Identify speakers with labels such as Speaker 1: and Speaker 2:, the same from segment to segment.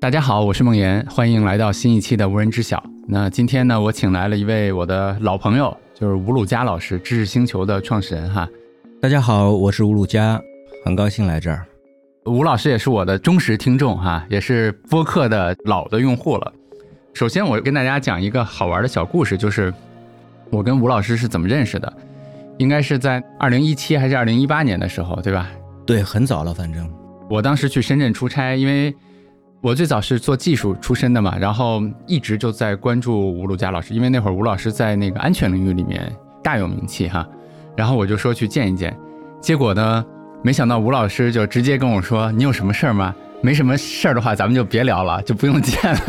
Speaker 1: 大家好，我是梦岩，欢迎来到新一期的无人知晓。那今天呢，我请来了一位我的老朋友，就是吴鲁佳老师，知识星球的创始人哈。
Speaker 2: 大家好，我是吴鲁佳，很高兴来这儿。
Speaker 1: 吴老师也是我的忠实听众哈，也是播客的老的用户了。首先，我跟大家讲一个好玩的小故事，就是我跟吴老师是怎么认识的，应该是在二零一七还是二零一八年的时候，对吧？
Speaker 2: 对，很早了，反正
Speaker 1: 我当时去深圳出差，因为我最早是做技术出身的嘛，然后一直就在关注吴鲁佳老师，因为那会儿吴老师在那个安全领域里面大有名气哈。然后我就说去见一见，结果呢，没想到吴老师就直接跟我说：“你有什么事儿吗？没什么事儿的话，咱们就别聊了，就不用见了。”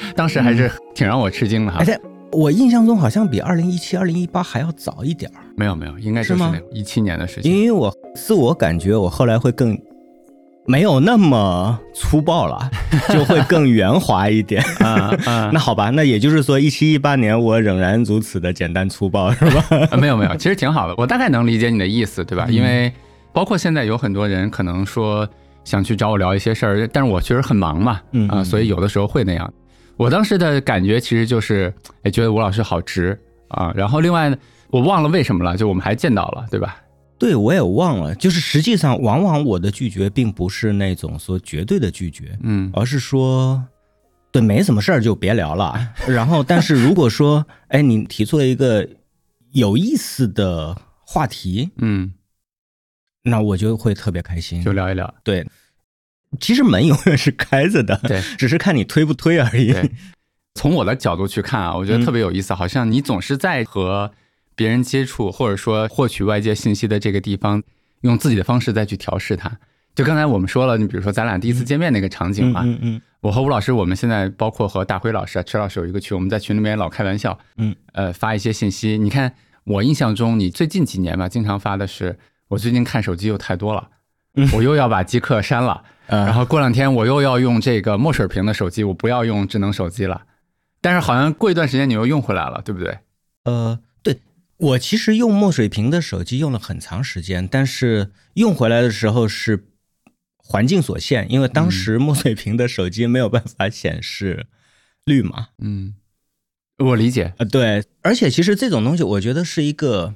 Speaker 1: 当时还是挺让我吃惊的哈
Speaker 2: 嗯哎，。但我印象中好像比二零一七、二零一八还要早一点儿，
Speaker 1: 没有没有，应该就是
Speaker 2: 是吗
Speaker 1: 那一七年的事情。
Speaker 2: 因为 我自我感觉我后来会更没有那么粗暴了，就会更圆滑一点。
Speaker 1: 啊啊
Speaker 2: 那好吧，那也就是说一七一八年我仍然如此的简单粗暴，是吧？
Speaker 1: 啊，没有没有，其实挺好的，我大概能理解你的意思，对
Speaker 2: 嗯
Speaker 1: 吧？因为包括现在有很多人可能说想去找我聊一些事儿，但是我确实很忙嘛，
Speaker 2: 嗯
Speaker 1: 啊，所以有的时候会那样。我当时的感觉其实就是，哎，觉得吴老师好直啊。然后另外呢，我忘了为什么了，就我们还见到了，对吧？
Speaker 2: 对，我也忘了，就是实际上，往往我的拒绝并不是那种说绝对的拒绝，
Speaker 1: 嗯
Speaker 2: 而是说，对，没什么事儿就别 聊了。然后，但是如果说，哎，你提出了一个有意思的话题，
Speaker 1: 嗯，
Speaker 2: 那我就会特别开心
Speaker 1: 就。聊一聊。
Speaker 2: 对，其实门永远是开着的，
Speaker 1: 对，
Speaker 2: 只是看你推不推而已。嗯
Speaker 1: 对，从我的角度去看啊，我觉得特别有意思，好像你总是在和别人接触，或者说获取外界信息的这个地方，用自己的方式再去调试它。就刚才我们说了，你比如说咱俩第一次见面那个场景
Speaker 2: 嗯
Speaker 1: 啊，
Speaker 2: 嗯嗯，
Speaker 1: 我和吴老师，我们现在包括和大辉老师啊、池老师有一个群，我们在群里面老开玩笑，
Speaker 2: 嗯，
Speaker 1: 呃，发一些信息。你看，我印象中你最近几年吧，经常发的是我最近看手机又太多了，
Speaker 2: 嗯
Speaker 1: 我又要把极客删了。
Speaker 2: 呃
Speaker 1: 然后过两天我又要用这个墨水屏的手机，我不要用智能手机了。但是好像过一段时间你又用回来了，对不对？
Speaker 2: 呃，对我其实用墨水屏的手机用了很长时间，但是用回来的时候是环境所限，因为当时
Speaker 1: 嗯
Speaker 2: 墨水屏的手机没有办法显示绿码。
Speaker 1: 嗯，我理解。
Speaker 2: 呃，对，而且其实这种东西，我觉得是一个。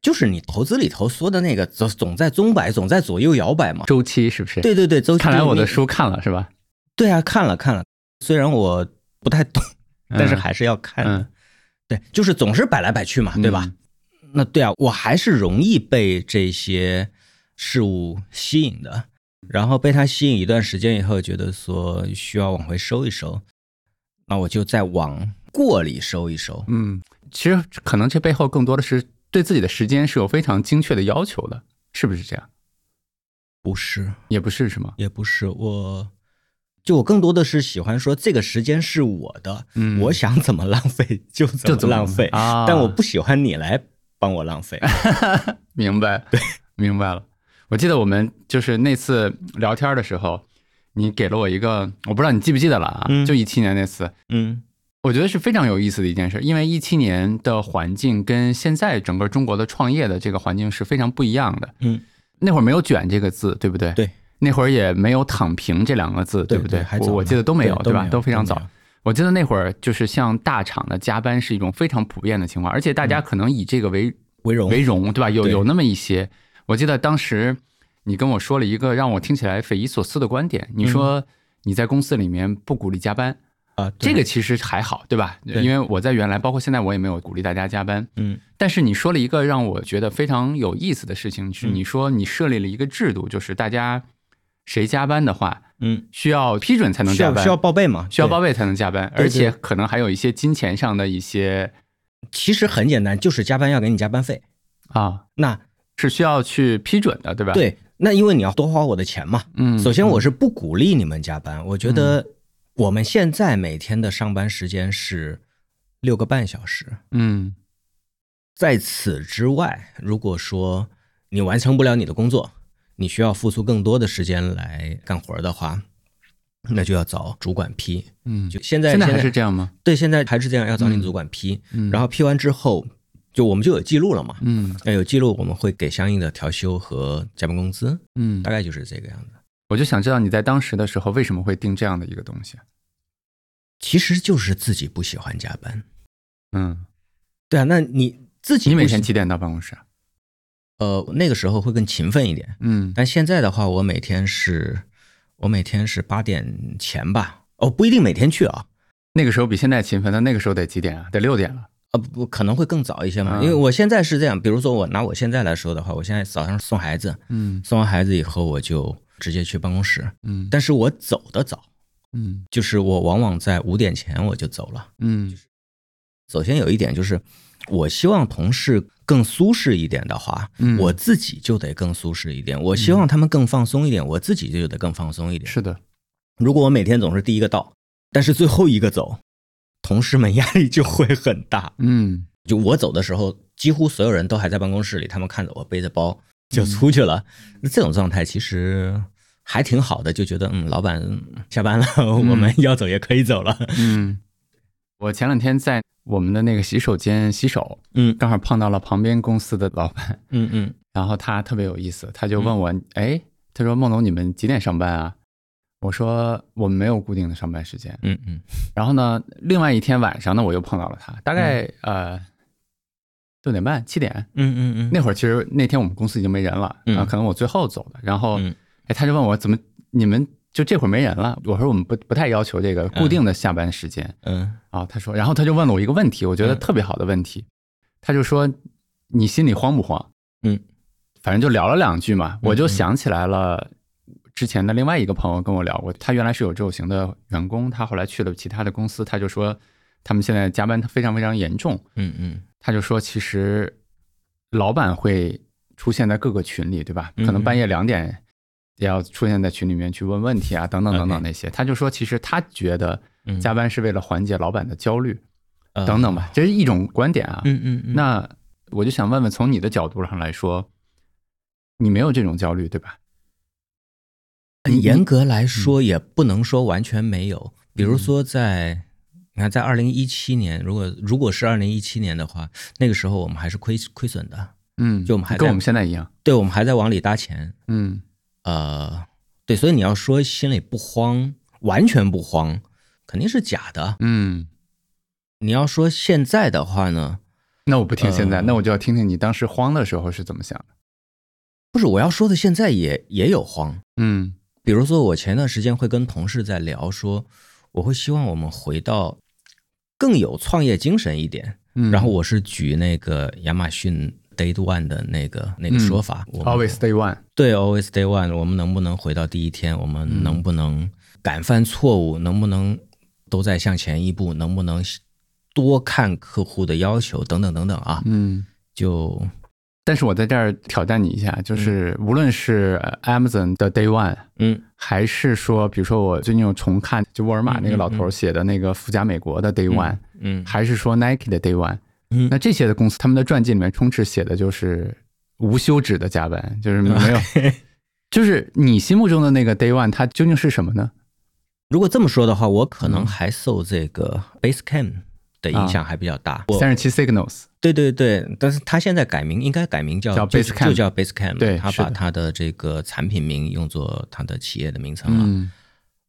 Speaker 2: 就是你投资里头说的那个总总在中摆，总在左右摇摆嘛。
Speaker 1: 周期是不是？，
Speaker 2: 对对对，周期
Speaker 1: 看来
Speaker 2: 对
Speaker 1: 我的
Speaker 2: 你
Speaker 1: 书看了是吧？
Speaker 2: 对啊，看了看了，虽然我不太懂，但是
Speaker 1: 嗯
Speaker 2: 还是要看的。
Speaker 1: 嗯
Speaker 2: 对，就是总是摆来摆去嘛，对吧？
Speaker 1: 嗯
Speaker 2: 那对啊，我还是容易被这些事物吸引的，然后被它吸引一段时间以后，觉得说需要往回收一收，那我就再往过里收一收。
Speaker 1: 嗯，其实可能这背后更多的是对自己的时间是有非常精确的要求的，是不是这样？
Speaker 2: 不是，
Speaker 1: 也不是是吗？
Speaker 2: 也不是，我就我更多的是喜欢说这个时间是我的，
Speaker 1: 嗯
Speaker 2: 我想怎么浪费 就怎
Speaker 1: 就怎么
Speaker 2: 浪费，
Speaker 1: 啊
Speaker 2: 但我不喜欢你来帮 我浪费。
Speaker 1: 明白，对，明白了。我记得我们就是那次聊天的时候，你给了我一个，我不知道你记不记得了啊？
Speaker 2: 嗯
Speaker 1: 就一七年那次，
Speaker 2: 嗯
Speaker 1: 我觉得是非常有意思的一件事，因为一七年的环境跟现在整个中国的创业的这个环境是非常不一样的。
Speaker 2: 嗯，
Speaker 1: 那会儿没有“卷”这个字，对不对？
Speaker 2: 对，
Speaker 1: 那会儿也没有“躺平”这两个字，
Speaker 2: 对
Speaker 1: 不
Speaker 2: 对还早
Speaker 1: 我我
Speaker 2: 呢
Speaker 1: 记得都没
Speaker 2: 对
Speaker 1: 有，
Speaker 2: 都
Speaker 1: 对吧？
Speaker 2: 没有
Speaker 1: 都非常
Speaker 2: 都没
Speaker 1: 早
Speaker 2: 有。
Speaker 1: 我记得那会儿就是像大厂的加班是一种非常普遍的情况，而且大
Speaker 2: 嗯
Speaker 1: 家可能以这个为
Speaker 2: 为荣
Speaker 1: 为荣，对吧？有
Speaker 2: 对
Speaker 1: 有那么一些，我记得当时你跟我说了一个让我听起来匪夷所思的观点，你说你在公司里面不鼓励加班，
Speaker 2: 嗯啊，
Speaker 1: 这
Speaker 2: 对
Speaker 1: 个其实还好，对吧？
Speaker 2: 对
Speaker 1: 因为我在原来，包括现在，我也没有鼓励大家加班。
Speaker 2: 嗯
Speaker 1: 但是你说了一个让我觉得非常有意思的事情，
Speaker 2: 嗯
Speaker 1: 是你说你设立了一个制度，就是大家谁加班的话，
Speaker 2: 嗯，
Speaker 1: 需要批准才能
Speaker 2: 需
Speaker 1: 加
Speaker 2: 要
Speaker 1: 班，
Speaker 2: 需要报备嘛？
Speaker 1: 需要
Speaker 2: 对
Speaker 1: 报。备才能加班，
Speaker 2: 对
Speaker 1: 而且
Speaker 2: 对
Speaker 1: 可能还有一些金钱上的一些
Speaker 2: 其实很简单，就是加班要给你加班费。
Speaker 1: 啊，
Speaker 2: 那
Speaker 1: 是需要去批准的，对吧？，
Speaker 2: 对，那因为你要多花我的钱嘛。
Speaker 1: 嗯，
Speaker 2: 首先，我是不鼓励你们加班。我觉得我们现在每天的上班时间是六个半小时，
Speaker 1: 嗯，
Speaker 2: 在此之外，如果说你完成不了你的工作，你需要付出更多的时间来干活的话，那就要找主管批。
Speaker 1: 嗯嗯，
Speaker 2: 就现在
Speaker 1: 现在还
Speaker 2: 现在
Speaker 1: 是这样吗？
Speaker 2: 对，现在还是这样，要找
Speaker 1: 嗯
Speaker 2: 你主管批，
Speaker 1: 嗯
Speaker 2: 然后批完之后，就我们就有记录了嘛。
Speaker 1: 嗯
Speaker 2: 那有记录，我们会给相应的调休和加班工资，
Speaker 1: 嗯
Speaker 2: 大，概就是这个样子。
Speaker 1: 我就想知道你在当时的时候为什么会定这样的一个东西。
Speaker 2: 其实就是自己不喜欢加班。
Speaker 1: 嗯，
Speaker 2: 对啊，那你自己
Speaker 1: 你每
Speaker 2: 不喜
Speaker 1: 天几点到办公室啊？
Speaker 2: 呃那个时候会更勤奋一点，
Speaker 1: 嗯
Speaker 2: 但现在的话，我每天是，我每天是八点前吧。哦，不一定每天去啊，，
Speaker 1: 那个时候比现在勤奋，那那个时候得几点啊？得六点了。
Speaker 2: 啊不不，可能会更早一些嘛，
Speaker 1: 嗯
Speaker 2: 因为我现在是这样，比如说我拿我现在来说的话，我现在早上送孩子，
Speaker 1: 嗯
Speaker 2: 送完孩子以后我就直接去办公室，
Speaker 1: 嗯
Speaker 2: 但是我走的早，
Speaker 1: 嗯
Speaker 2: 就是我往往在五点前我就走了。
Speaker 1: 嗯
Speaker 2: 首先有一点就是，我希望同事更舒适一点的话，
Speaker 1: 嗯
Speaker 2: 我自己就得更舒适一点。我希望他们更放松一点，我自己就得更放松一点。
Speaker 1: 是的，
Speaker 2: 如果我每天总是第一个到，但是最后一个走，同事们压力就会很大。
Speaker 1: 嗯
Speaker 2: 就我走的时候，几乎所有人都还在办公室里，他们看着我背着包就出去了。那这种状态其实还挺好的，就觉得嗯，老板嗯下班了，我们要走也可以走了。
Speaker 1: 嗯。我前两天在我们的那个洗手间洗手，
Speaker 2: 嗯
Speaker 1: 刚好碰到了旁边公司的老板，
Speaker 2: 嗯嗯
Speaker 1: 然后他特别有意思，他就问我，哎，他说孟龙你们几点上班啊？我说我们没有固定的上班时间。
Speaker 2: 嗯嗯
Speaker 1: 然后呢，另外一天晚上呢，我又碰到了他，大概、呃六点半七点，
Speaker 2: 嗯嗯嗯，
Speaker 1: 那会儿其实那天我们公司已经没人了，
Speaker 2: 嗯
Speaker 1: 啊，可能我最后走的。然后，
Speaker 2: 嗯
Speaker 1: 哎，他就问我怎么你们就这会儿没人了？我说我们不不太要求这个固定的下班时间
Speaker 2: 嗯
Speaker 1: 啊。他说，然后他就问了我一个问题，我觉得
Speaker 2: 嗯
Speaker 1: 特别好的问题，他就说你心里慌不慌？
Speaker 2: 嗯，
Speaker 1: 反正就聊了两句嘛，我就想起来了。之前的另外一个朋友跟我聊过，他原来是有这种型的员工，他后来去了其他的公司，他就说他们现在加班非常非常严重，
Speaker 2: 嗯嗯
Speaker 1: 他就说，其实老板会出现在各个群里，对吧？
Speaker 2: 嗯
Speaker 1: 可能半夜两点也要出现在群里面去问问题啊，等等等等
Speaker 2: OK
Speaker 1: 那些。他就说，其实他觉得
Speaker 2: 嗯，
Speaker 1: 加班是为了缓解老板的焦虑，
Speaker 2: 呃
Speaker 1: 等等吧，这是一种观点啊。
Speaker 2: 嗯嗯嗯，
Speaker 1: 那我就想问问，从你的角度上来说，你没有这种焦虑，对吧？你
Speaker 2: 严格来说也不能说完全没有。比如说在，你看，在二零一七年，如果如果是二零一七年的话，那个时候我们还是亏亏损的，
Speaker 1: 嗯，
Speaker 2: 就我们还在
Speaker 1: 跟我们现在一样。
Speaker 2: 对我们还在往里搭钱。
Speaker 1: 嗯
Speaker 2: 呃，对，所以你要说心里不慌，完全不慌，肯定是假的。
Speaker 1: 嗯，
Speaker 2: 你要说现在的话呢，
Speaker 1: 那我不听现在，
Speaker 2: 呃
Speaker 1: 那我就要听听你当时慌的时候是怎么想的。
Speaker 2: 不是我要说的，现在也也有慌。
Speaker 1: 嗯
Speaker 2: 比如说，我前段时间会跟同事在聊说，我会希望我们回到更有创业精神一点。
Speaker 1: 嗯，
Speaker 2: 然后我是举那个亚马逊 Day One 的那个那个说法，我
Speaker 1: 嗯
Speaker 2: 们
Speaker 1: always day one。
Speaker 2: 对 Always Day One，我们能不能回到第一天？我们能不能敢犯错误？能不能都在向前一步？能不能多看客户的要求？等等等等啊，
Speaker 1: 嗯。
Speaker 2: 就
Speaker 1: 但是我在这儿挑战你一下，就是无论是呃 Amazon 的 Day One，
Speaker 2: 嗯
Speaker 1: 还是说，比如说我最近有重看就沃尔玛那个老头写的那个《富甲美国》的 Day One，、
Speaker 2: 嗯
Speaker 1: 还是说 Nike 的 Day One，、
Speaker 2: 嗯
Speaker 1: 那这些的公司他们的传记里面充斥写的就是无休止的加班，就是
Speaker 2: 嗯
Speaker 1: 没有， 就是你心目中的那个 Day One，它究竟是什么呢？
Speaker 2: 如果这么说的话，我可能
Speaker 1: 嗯啊
Speaker 2: 还受这个 Basecamp 的影响还比较大。我
Speaker 1: 三十七 Signals，
Speaker 2: 对对对，但是他现在改名，应该改名叫
Speaker 1: 叫
Speaker 2: 就
Speaker 1: Basecamp
Speaker 2: 就叫 Basecamp。
Speaker 1: 对
Speaker 2: 他
Speaker 1: 是
Speaker 2: 把
Speaker 1: 的
Speaker 2: 他的这个产品名用作他的企业的名称了。啊
Speaker 1: 嗯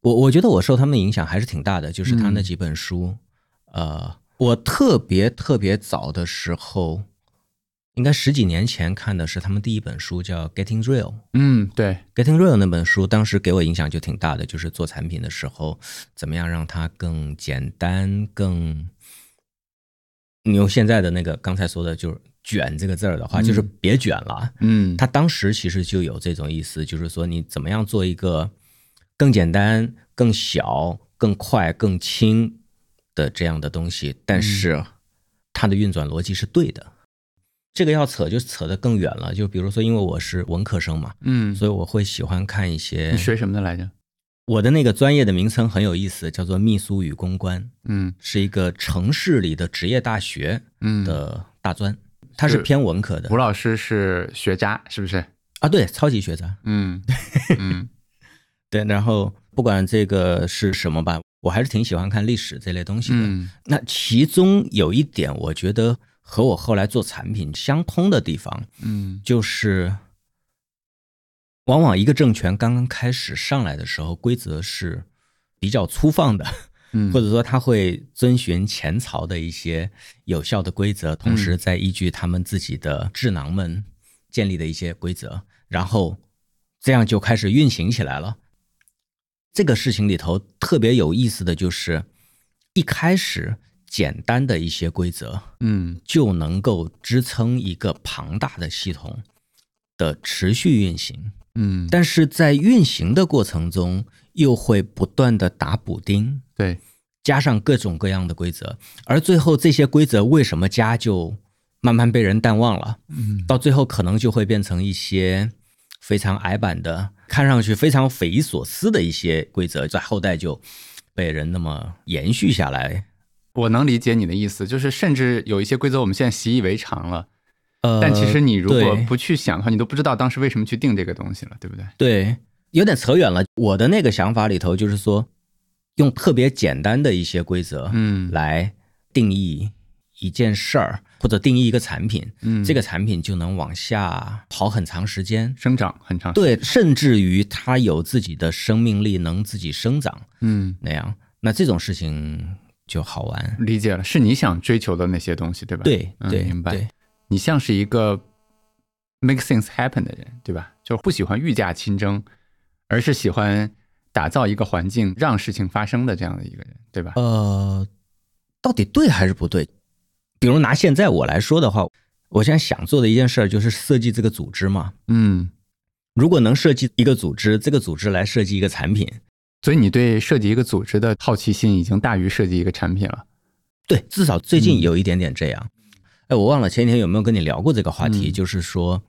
Speaker 2: 我我觉得我受他们影响还是挺大的，就是他
Speaker 1: 嗯
Speaker 2: 那几本书，呃，我特别特别早的时候，应该十几年前看的是他们第一本书叫《Getting Real》。
Speaker 1: 嗯，对，
Speaker 2: Getting Real 那本书当时给我影响就挺大的，就是做产品的时候，怎么样让它更简单、更……你用现在的那个刚才说的，就是“卷”这个字儿的话，
Speaker 1: 嗯
Speaker 2: 就是别卷了。
Speaker 1: 嗯，
Speaker 2: 他当时其实就有这种意思，就是说你怎么样做一个更简单、更小、更快、更轻的这样的东西，但是它的运转逻辑是对的。这个要扯就扯得更远了，就比如说，因为我是文科生嘛，
Speaker 1: 嗯，
Speaker 2: 所以我会喜欢看一些
Speaker 1: 你学什么的来着？
Speaker 2: 我的那个专业的名称很有意思，叫做秘书与公关，
Speaker 1: 嗯
Speaker 2: 是一个城市里的职业大学
Speaker 1: 嗯，
Speaker 2: 的大专，它是偏文科的
Speaker 1: 吴老师是学渣，是不是？
Speaker 2: 啊，对，超级学渣，
Speaker 1: 嗯 嗯。
Speaker 2: 对，然后不管这个是什么吧，我还是挺喜欢看历史这类东西的。
Speaker 1: 嗯
Speaker 2: 那其中有一点，我觉得和我后来做产品相通的地方，
Speaker 1: 嗯
Speaker 2: 就是往往一个政权刚刚开始上来的时候，规则是比较粗放的，
Speaker 1: 嗯
Speaker 2: 或者说他会遵循前朝的一些有效的规则，同时再依据他们自己的智囊们建立的一些规则，然后这样就开始运行起来了。这个事情里头特别有意思的就是，一开始简单的一些规则，
Speaker 1: 嗯
Speaker 2: 就能够支撑一个庞大的系统的持续运行。
Speaker 1: 嗯，
Speaker 2: 但是在运行的过程中，又会不断的打补丁，
Speaker 1: 对，
Speaker 2: 加上各种各样的规则，而最后这些规则为什么加就慢慢被人淡忘了，
Speaker 1: 嗯
Speaker 2: 到最后可能就会变成一些非常矮板的，看上去非常匪夷所思的一些规则，在后代就被人那么延续下来。
Speaker 1: 我能理解你的意思，就是甚至有一些规则我们现在习以为常了，
Speaker 2: 呃，
Speaker 1: 但其实你如果
Speaker 2: 对
Speaker 1: 不去想的话，你都不知道当时为什么去定这个东西了，对不对？
Speaker 2: 对，有点扯远了。我的那个想法里头就是说，用特别简单的一些规则，
Speaker 1: 嗯
Speaker 2: 来定义一件事儿或者定义一个产品，
Speaker 1: 嗯，
Speaker 2: 这个产品就能往下跑很长时间。
Speaker 1: 生长很长时间，
Speaker 2: 对，甚至于它有自己的生命力，能自己生长
Speaker 1: 嗯，
Speaker 2: 那样，那这种事情就好玩。
Speaker 1: 理解了，是你想追求的那些东西，对吧？，
Speaker 2: 对
Speaker 1: 嗯
Speaker 2: 对，
Speaker 1: 明白
Speaker 2: 对
Speaker 1: 你像是一个 make things happen 的人，对吧？就不喜欢御驾亲征，而是喜欢打造一个环境让事情发生的这样的一个人，对吧？
Speaker 2: 呃，到底对还是不对？比如拿现在我来说的话，我现在想做的一件事儿就是设计这个组织嘛。
Speaker 1: 嗯，
Speaker 2: 如果能设计一个组织，这个组织来设计一个产品，
Speaker 1: 所以你对设计一个组织的好奇心已经大于设计一个产品了。
Speaker 2: 对，至少最
Speaker 1: 嗯
Speaker 2: 近有一点点这样。哎，我忘了前几天有没有跟你聊过这个话题，
Speaker 1: 嗯
Speaker 2: 就是说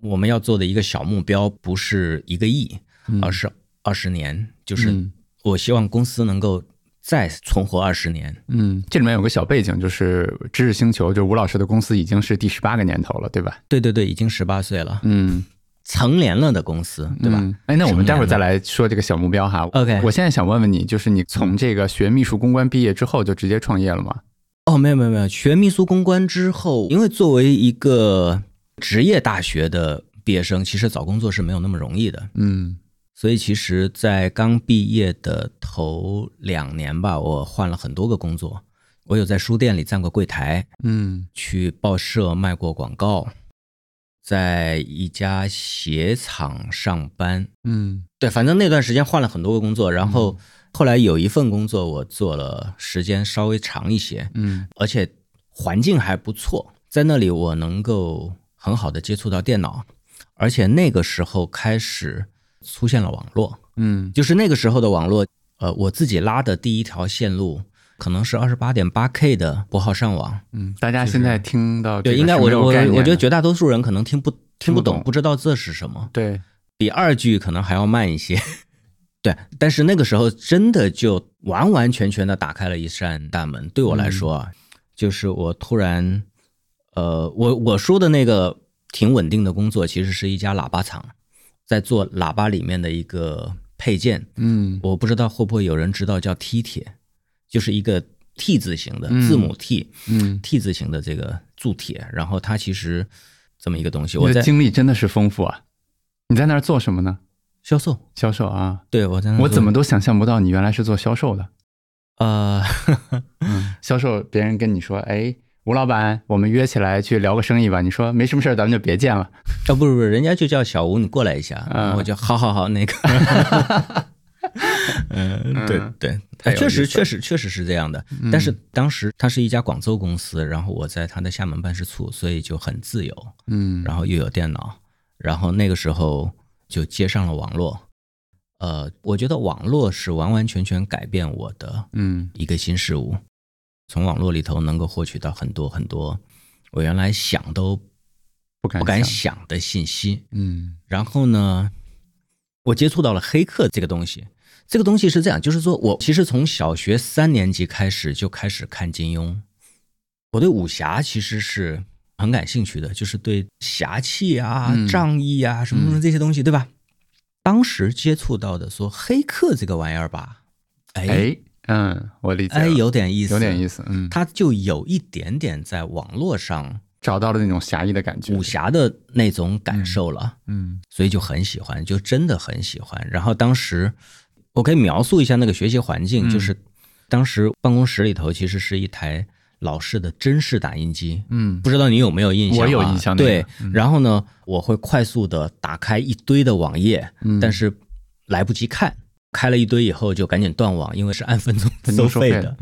Speaker 2: 我们要做的一个小目标不是一个亿，
Speaker 1: 嗯
Speaker 2: 而是二十年，就是
Speaker 1: 嗯
Speaker 2: 我希望公司能够再存活二十年。
Speaker 1: 嗯，这里面有个小背景，就是知识星球，就是吴老师的公司已经是第十八个年头了，对吧？
Speaker 2: 对对对，已经十八岁了，
Speaker 1: 嗯，
Speaker 2: 成年了的公司，对吧？
Speaker 1: 嗯哎，那我们待会儿再
Speaker 2: 成年了
Speaker 1: 来说这个小目标哈。
Speaker 2: OK
Speaker 1: 我现在想问问你，就是你从这个学秘书公关毕业之后就直接创业了吗？
Speaker 2: 哦，没有没有没有，学秘书公关之后，因为作为一个职业大学的毕业生，其实找工作是没有那么容易的。
Speaker 1: 嗯
Speaker 2: 所以其实，在刚毕业的头两年吧，我换了很多个工作。我有在书店里站过柜台，
Speaker 1: 嗯
Speaker 2: 去报社卖过广告，在一家鞋厂上班。
Speaker 1: 嗯
Speaker 2: 对，反正那段时间换了很多个工作，然后后来有一份工作我做了时间稍微长一些，
Speaker 1: 嗯
Speaker 2: 而且环境还不错，在那里我能够很好的接触到电脑，而且那个时候开始出现了网络。
Speaker 1: 嗯
Speaker 2: 就是那个时候的网络，呃，我自己拉的第一条线路可能是二十八点八 K 的拨号上网。
Speaker 1: 嗯，大家现在听到这
Speaker 2: 对，
Speaker 1: 个
Speaker 2: 应该
Speaker 1: 是
Speaker 2: 我
Speaker 1: 没有
Speaker 2: 我
Speaker 1: 概念
Speaker 2: 我觉得
Speaker 1: 的
Speaker 2: 绝大多数人可能听不听
Speaker 1: 不
Speaker 2: 不
Speaker 1: 懂
Speaker 2: 懂，不知道这是什么，
Speaker 1: 对，
Speaker 2: 比二 G 可能还要慢一些。 对，但是那个时候真的就完完全全的打开了一扇大门。对我
Speaker 1: 嗯
Speaker 2: 来说啊，就是我突然，呃，我我说的那个挺稳定的工作，其实是一家喇叭厂，在做喇叭里面的一个配件。
Speaker 1: 嗯
Speaker 2: 我不知道会不会有人知道叫梯铁，就是一个 T 字形的
Speaker 1: 嗯
Speaker 2: 字母 T、
Speaker 1: 嗯，
Speaker 2: T 字形的这个铸铁，然后它其实这么一个东西，我
Speaker 1: 你的
Speaker 2: 在
Speaker 1: 经历真的是丰富啊！你在那儿做什么呢？
Speaker 2: 销售，
Speaker 1: 销售啊，
Speaker 2: 对我在那
Speaker 1: 我怎么都
Speaker 2: 做
Speaker 1: 想象不到你原来是做销售的。
Speaker 2: 呃
Speaker 1: 嗯，销售别人跟你说，哎，吴老板，我们约起来去聊个生意吧。你说没什么事儿，咱们就别见了。
Speaker 2: 啊不是不是，人家就叫小吴，你过来一下，
Speaker 1: 嗯
Speaker 2: 然后我就好好好那 个，嗯，对对，
Speaker 1: 太有
Speaker 2: 确
Speaker 1: 意
Speaker 2: 实
Speaker 1: 思
Speaker 2: 确实确实是这样的，嗯但是当时它是一家广州公司，然后我在它的厦门办事处，所以就很自由，
Speaker 1: 嗯
Speaker 2: 然后又有电脑，然后那个时候就接上了网络。呃，我觉得网络是完完全全改变我的
Speaker 1: 嗯
Speaker 2: 一个新事物，从网络里头能够获取到很多很多我原来想都
Speaker 1: 不敢
Speaker 2: 不敢
Speaker 1: 想
Speaker 2: 想的信息。
Speaker 1: 嗯
Speaker 2: 然后呢，我接触到了黑客这个东西。这个东西是这样，就是说我其实从小学三年级开始就开始看金庸，我对武侠其实是很感兴趣的，就是对侠气啊、
Speaker 1: 嗯
Speaker 2: 仗义啊什么什么
Speaker 1: 嗯
Speaker 2: 这些东西，对吧？当时接触到的说黑客这个玩意儿吧，哎
Speaker 1: 哎嗯，我理解了，
Speaker 2: 哎，有点意思，
Speaker 1: 有点意思，
Speaker 2: 思，
Speaker 1: 嗯
Speaker 2: 它就有一点点在网络上
Speaker 1: 找到了那种侠义的感觉。
Speaker 2: 武侠的那种感受了。
Speaker 1: 嗯
Speaker 2: 所以就很喜欢，就真的很喜欢。然后当时我可以描述一下那个学习环境，
Speaker 1: 嗯
Speaker 2: 就是当时办公室里头其实是一台老式的真式打印机。
Speaker 1: 嗯
Speaker 2: 不知道你有没有印象、啊？
Speaker 1: 我有印象那个嗯
Speaker 2: 对，然后呢，我会快速的打开一堆的网页，
Speaker 1: 嗯
Speaker 2: 但是来不及看，开了一堆以后就赶紧断网，因为是按分钟
Speaker 1: 分
Speaker 2: 收
Speaker 1: 钟收
Speaker 2: 费
Speaker 1: 费
Speaker 2: 的。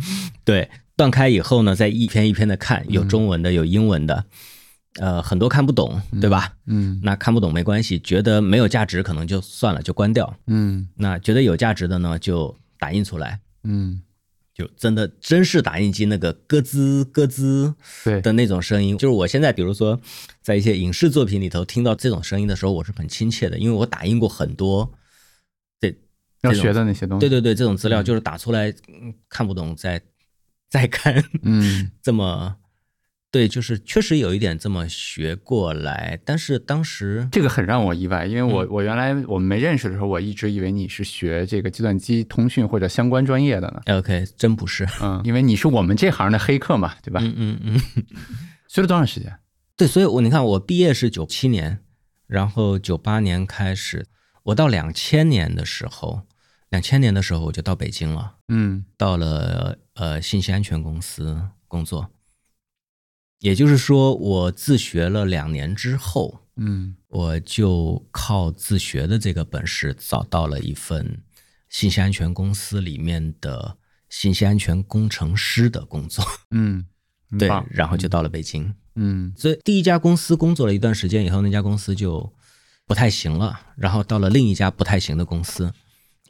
Speaker 2: 对，断开以后呢，再一篇一篇的看，有中文的，有英文的，呃，很多看不懂，对吧？
Speaker 1: 嗯
Speaker 2: 那看不懂没关系，觉得没有价值可能就算了，就关掉。
Speaker 1: 嗯
Speaker 2: 那觉得有价值的呢，就打印出来，
Speaker 1: 嗯，
Speaker 2: 就真的真是打印机那个咯吱咯吱
Speaker 1: 对，
Speaker 2: 的那种声音。就是我现在比如说在一些影视作品里头听到这种声音的时候，我是很亲切的，因为我打印过很多。
Speaker 1: 要学的那些东西。
Speaker 2: 对对对，这种资料就是打出来、嗯看不懂再再看，
Speaker 1: 嗯
Speaker 2: 这么对，就是确实有一点这么学过来，但是当时
Speaker 1: 这个很让我意外，因为我我原来我们没认识的时候，我一直以为你是学这个计算机通讯或者相关专业的呢。
Speaker 2: OK 真不是，
Speaker 1: 嗯，因为你是我们这行的黑客嘛，对吧？
Speaker 2: 嗯嗯嗯。
Speaker 1: 学了多长时间？
Speaker 2: 对，所以我你看，我毕业是九七年，然后九八年开始，我到两千年的时候，两千年的时候我就到北京了，
Speaker 1: 嗯
Speaker 2: 到了呃信息安全公司工作。也就是说，我自学了两年之后，
Speaker 1: 嗯
Speaker 2: 我就靠自学的这个本事找到了一份信息安全公司里面的信息安全工程师的工作，
Speaker 1: 嗯，很
Speaker 2: 对
Speaker 1: 棒，
Speaker 2: 然后就到了北京。
Speaker 1: 嗯
Speaker 2: 所以第一家公司工作了一段时间以后，那家公司就不太行了，然后到了另一家不太行的公司。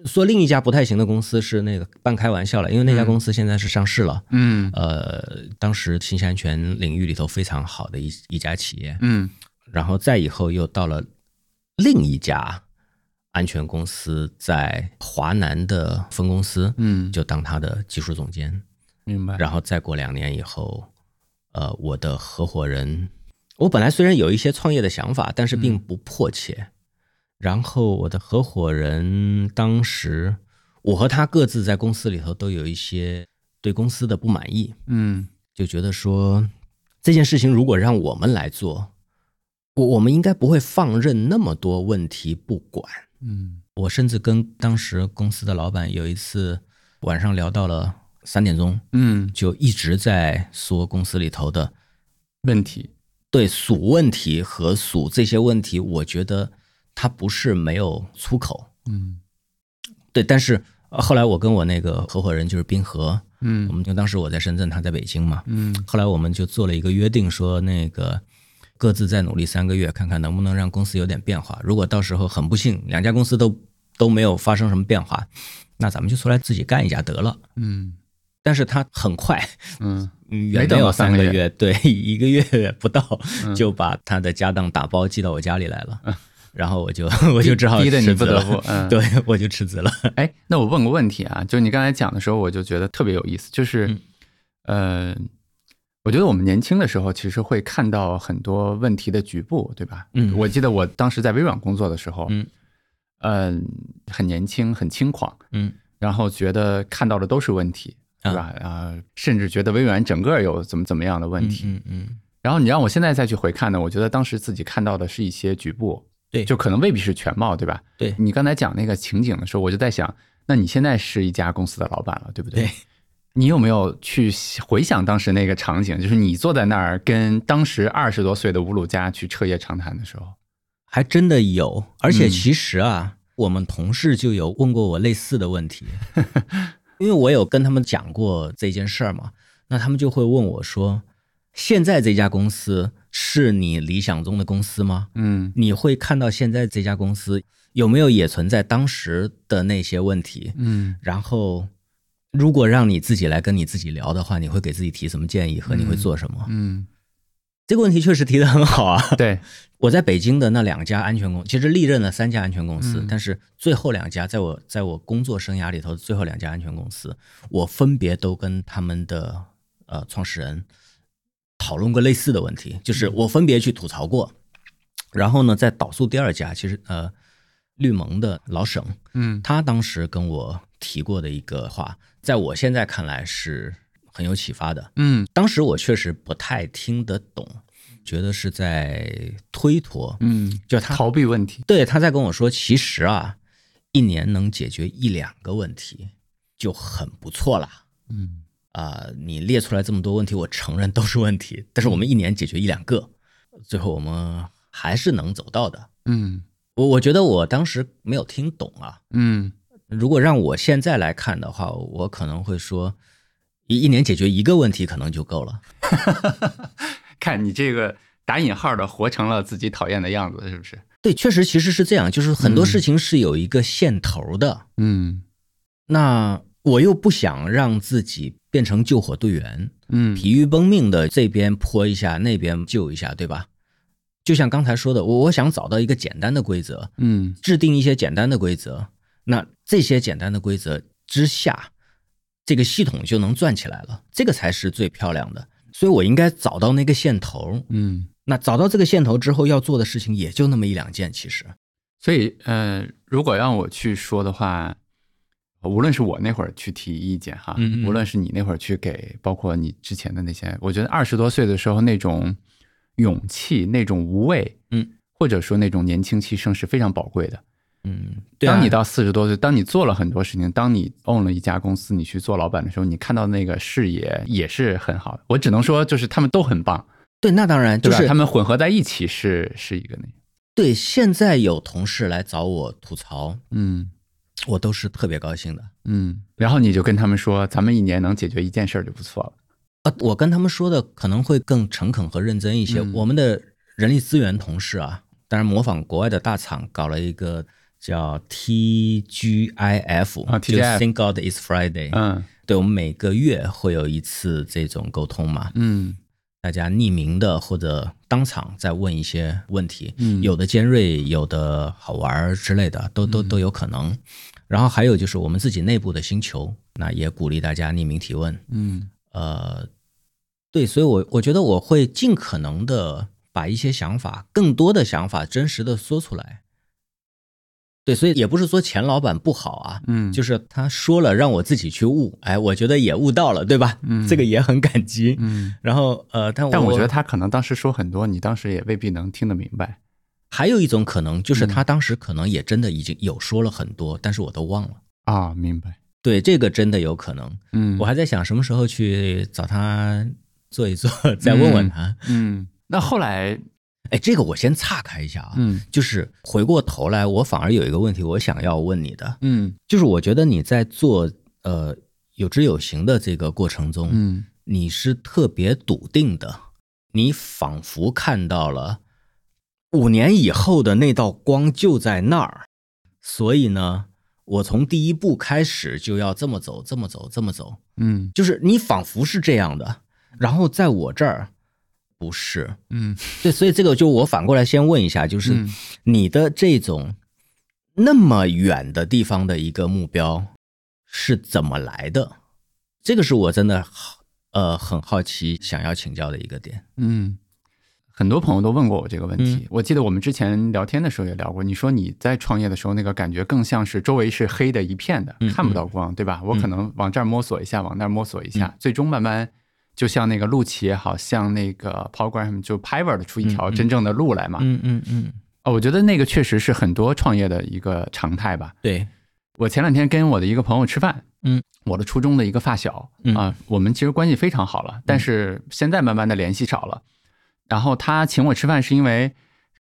Speaker 2: 说另一家不太行的公司是那个半开玩笑了，因为那家公司现在是上市了，
Speaker 1: 嗯
Speaker 2: 呃，当时信息安全领域里头非常好的一一家企业，
Speaker 1: 嗯
Speaker 2: 然后再以后又到了另一家安全公司在华南的分公司，
Speaker 1: 嗯，
Speaker 2: 就当他的技术总监。
Speaker 1: 明白。
Speaker 2: 然后再过两年以后，呃，我的合伙人，我本来虽然有一些创业的想法，但是并不迫切。然后我的合伙人当时，我和他各自在公司里头都有一些对公司的不满意，
Speaker 1: 嗯
Speaker 2: 就觉得说这件事情如果让我们来做，我我们应该不会放任那么多问题不管。
Speaker 1: 嗯
Speaker 2: 我甚至跟当时公司的老板有一次晚上聊到了三点钟，
Speaker 1: 嗯，
Speaker 2: 就一直在说公司里头的
Speaker 1: 问题。
Speaker 2: 对数问题和数这些问题，我觉得他不是没有出口，
Speaker 1: 嗯
Speaker 2: 对，但是呃后来我跟我那个合伙人就是冰河，我
Speaker 1: 嗯
Speaker 2: 们就当时我在深圳，他在北京嘛，
Speaker 1: 嗯
Speaker 2: 后来我们就做了一个约定，说那个各自再努力三个月，看看能不能让公司有点变化。如果到时候很不幸，两家公司都都没有发生什么变化，那咱们就出来自己干一家得了。
Speaker 1: 嗯
Speaker 2: 但是他很快，
Speaker 1: 嗯
Speaker 2: 嗯
Speaker 1: 没
Speaker 2: 远
Speaker 1: 等
Speaker 2: 没有
Speaker 1: 到三
Speaker 2: 三
Speaker 1: 个
Speaker 2: 个
Speaker 1: 月嗯
Speaker 2: 月，对， 一个月不到就把他的家当打包寄到我家里来了， 然后我就我就只好
Speaker 1: 逼得你
Speaker 2: 辞
Speaker 1: 不
Speaker 2: 职
Speaker 1: 得
Speaker 2: 了，
Speaker 1: 不嗯
Speaker 2: 对我就辞职了。
Speaker 1: 哎，那我问个问题啊，就你刚才讲的时候，我就觉得特别有意思，就是，呃，我觉得我们年轻的时候其实会看到很多问题的局部，对吧？
Speaker 2: 嗯
Speaker 1: 我记得我当时在微软工作的时候，
Speaker 2: 嗯，
Speaker 1: 嗯、很年轻，很轻狂，
Speaker 2: 嗯，
Speaker 1: 然后觉得看到的都是问题，对吧？啊、甚至觉得微软整个有怎么怎么样的问题。
Speaker 2: 嗯嗯，
Speaker 1: 然后你让我现在再去回看呢，我觉得当时自己看到的是一些局部，
Speaker 2: 对
Speaker 1: 就可能未必是全貌，对吧？
Speaker 2: 对
Speaker 1: 你刚才讲那个情景的时候，我就在想，那你现在是一家公司的老板了，对不对？
Speaker 2: 对
Speaker 1: 你有没有去回想当时那个场景？就是你坐在那儿跟当时二十多岁的乌鲁加去彻夜长谈的时候，
Speaker 2: 还真的有，而且
Speaker 1: 嗯
Speaker 2: 其实啊，我们同事就有问过我类似的 问题，因为我有跟他们讲过这件事儿嘛，那他们就会问我说，现在这家公司是你理想中的公司吗？
Speaker 1: 嗯
Speaker 2: 你会看到现在这家公司有没有也存在当时的那些问题？
Speaker 1: 嗯
Speaker 2: 然后，如果让你自己来跟你自己聊的话，你会给自己提什么建议和你会做什么？
Speaker 1: 嗯，
Speaker 2: 这个问题确实提的很好啊。
Speaker 1: 对，
Speaker 2: 我在北京的那两家安全公，其实历任了三家安全公司，
Speaker 1: 嗯
Speaker 2: 但是最后两家在我在我工作生涯里头最后两家安全公司，我分别都跟他们的呃创始人讨论过类似的问题，就是我分别去吐槽过。然后呢，在倒数第二家，其实呃绿盟的老沈，
Speaker 1: 嗯
Speaker 2: 他当时跟我提过的一个话，在我现在看来是很有启发的。
Speaker 1: 嗯
Speaker 2: 当时我确实不太听得懂，觉得是在推脱，
Speaker 1: 嗯，
Speaker 2: 就他
Speaker 1: 逃避问题，
Speaker 2: 对他在跟我说，其实啊，一年能解决一两个问题就很不错了。
Speaker 1: 嗯
Speaker 2: 啊、你列出来这么多问题，我承认都是问题，但是我们一年解决一两个，最后我们还是能走到的。
Speaker 1: 嗯
Speaker 2: 我我觉得我当时没有听懂啊。
Speaker 1: 嗯
Speaker 2: 如果让我现在来看的话，我可能会说，一一年解决一个问题可能就够了。
Speaker 1: 看你这个打引号的活成了自己讨厌的样子，是不是？
Speaker 2: 对，确实其实是这样，就是很多
Speaker 1: 嗯
Speaker 2: 事情是有一个线头的。
Speaker 1: 嗯
Speaker 2: 那我又不想让自己变成救火队员，
Speaker 1: 嗯
Speaker 2: 疲于奔命的这边泼一下，那边救一下，对吧？就像刚才说的，我我想找到一个简单的规则，
Speaker 1: 嗯
Speaker 2: 制定一些简单的规则。那这些简单的规则之下，这个系统就能转起来了，这个才是最漂亮的。所以我应该找到那个线头。
Speaker 1: 嗯，
Speaker 2: 那找到这个线头之后，要做的事情也就那么一两件，其实。
Speaker 1: 所以呃，如果让我去说的话，无论是我那会儿去提意见哈，
Speaker 2: 嗯嗯
Speaker 1: 无论是你那会儿去给，包括你之前的那些，我觉得二十多岁的时候那种勇气、那种无畏，
Speaker 2: 嗯，
Speaker 1: 或者说那种年轻气盛是非常宝贵的。
Speaker 2: 嗯，对啊
Speaker 1: 当你到四十多岁，当你做了很多事情，当你 own 了一家公司，你去做老板的时候，你看到那个视野也是很好的。我只能说，就是他们都很棒，
Speaker 2: 对，那当然就
Speaker 1: 对吧？
Speaker 2: 是
Speaker 1: 他们混合在一起是是一个那个，
Speaker 2: 对，现在有同事来找我吐槽，
Speaker 1: 嗯
Speaker 2: 我都是特别高兴的。
Speaker 1: 嗯。然后你就跟他们说，咱们一年能解决一件事儿就不错了。
Speaker 2: 呃，我跟他们说的可能会更诚恳和认真一些。
Speaker 1: 嗯
Speaker 2: 我们的人力资源同事啊，当然模仿国外的大厂搞了一个叫 TGIF，、
Speaker 1: 啊
Speaker 2: 就
Speaker 1: TGIF
Speaker 2: Thank God It's Friday、
Speaker 1: 嗯
Speaker 2: 对，我们每个月会有一次这种沟通嘛，
Speaker 1: 嗯
Speaker 2: 大家匿名的或者当场再问一些问题，
Speaker 1: 嗯
Speaker 2: 有的尖锐，有的好玩儿之类的，都都
Speaker 1: 嗯
Speaker 2: 都有可能。然后还有就是我们自己内部的星球，那也鼓励大家匿名提问。
Speaker 1: 嗯
Speaker 2: 呃，对，所以我我觉得我会尽可能的把一些想法，更多的想法，真实的说出来。对，所以也不是说钱老板不好啊，
Speaker 1: 嗯，
Speaker 2: 就是他说了让我自己去悟，哎，我觉得也悟到了，对吧？
Speaker 1: 嗯
Speaker 2: 这个也很感激。
Speaker 1: 嗯。
Speaker 2: 然后呃，但我
Speaker 1: 但我觉得他可能当时说很多，你当时也未必能听得明白。
Speaker 2: 还有一种可能就是
Speaker 1: 嗯
Speaker 2: 他当时可能也真的已经有说了很多，但是我都忘了。
Speaker 1: 啊、明白。
Speaker 2: 对，这个真的有可能。
Speaker 1: 嗯，
Speaker 2: 我还在想什么时候去找他做一做， 再问问他。
Speaker 1: 嗯，那后来
Speaker 2: 哎，这个我先岔开一下啊，
Speaker 1: 嗯
Speaker 2: 就是回过头来，我反而有一个问题，我想要问你的，
Speaker 1: 嗯
Speaker 2: 就是我觉得你在做呃有知有行的这个过程中，
Speaker 1: 嗯
Speaker 2: 你是特别笃定的，你仿佛看到了五年以后的那道光就在那儿，所以呢，我从第一步开始就要这么走，这么走，这么走，
Speaker 1: 嗯
Speaker 2: 就是你仿佛是这样的，然后在我这儿不是，
Speaker 1: 嗯
Speaker 2: 对，所以这个就我反过来先问一下，就是
Speaker 1: 嗯
Speaker 2: 你的这种那么远的地方的一个目标是怎么来的？这个是我真的好呃很好奇，想要请教的一个点。
Speaker 1: 嗯，很多朋友都问过我这个问题。
Speaker 2: 嗯
Speaker 1: 我记得我们之前聊天的时候也聊过，你说你在创业的时候，那个感觉更像是周围是黑的一片的，
Speaker 2: 嗯
Speaker 1: 看不到光，对吧？我
Speaker 2: 嗯
Speaker 1: 可能往这儿摸索一下，往那儿摸索一下，最终慢慢就像那个路奇也好像那个 Paul Graham 就 pivot 出一条
Speaker 2: 嗯嗯
Speaker 1: 真正的路来嘛。
Speaker 2: 嗯嗯嗯，
Speaker 1: 哦，我觉得那个确实是很多创业的一个常态吧。
Speaker 2: 对，
Speaker 1: 我前两天跟我的一个朋友吃饭，
Speaker 2: 嗯，
Speaker 1: 我的初中的一个发小
Speaker 2: 嗯
Speaker 1: 啊，我们其实关系非常好了，但是现在慢慢的联系少了。然后他请我吃饭是因为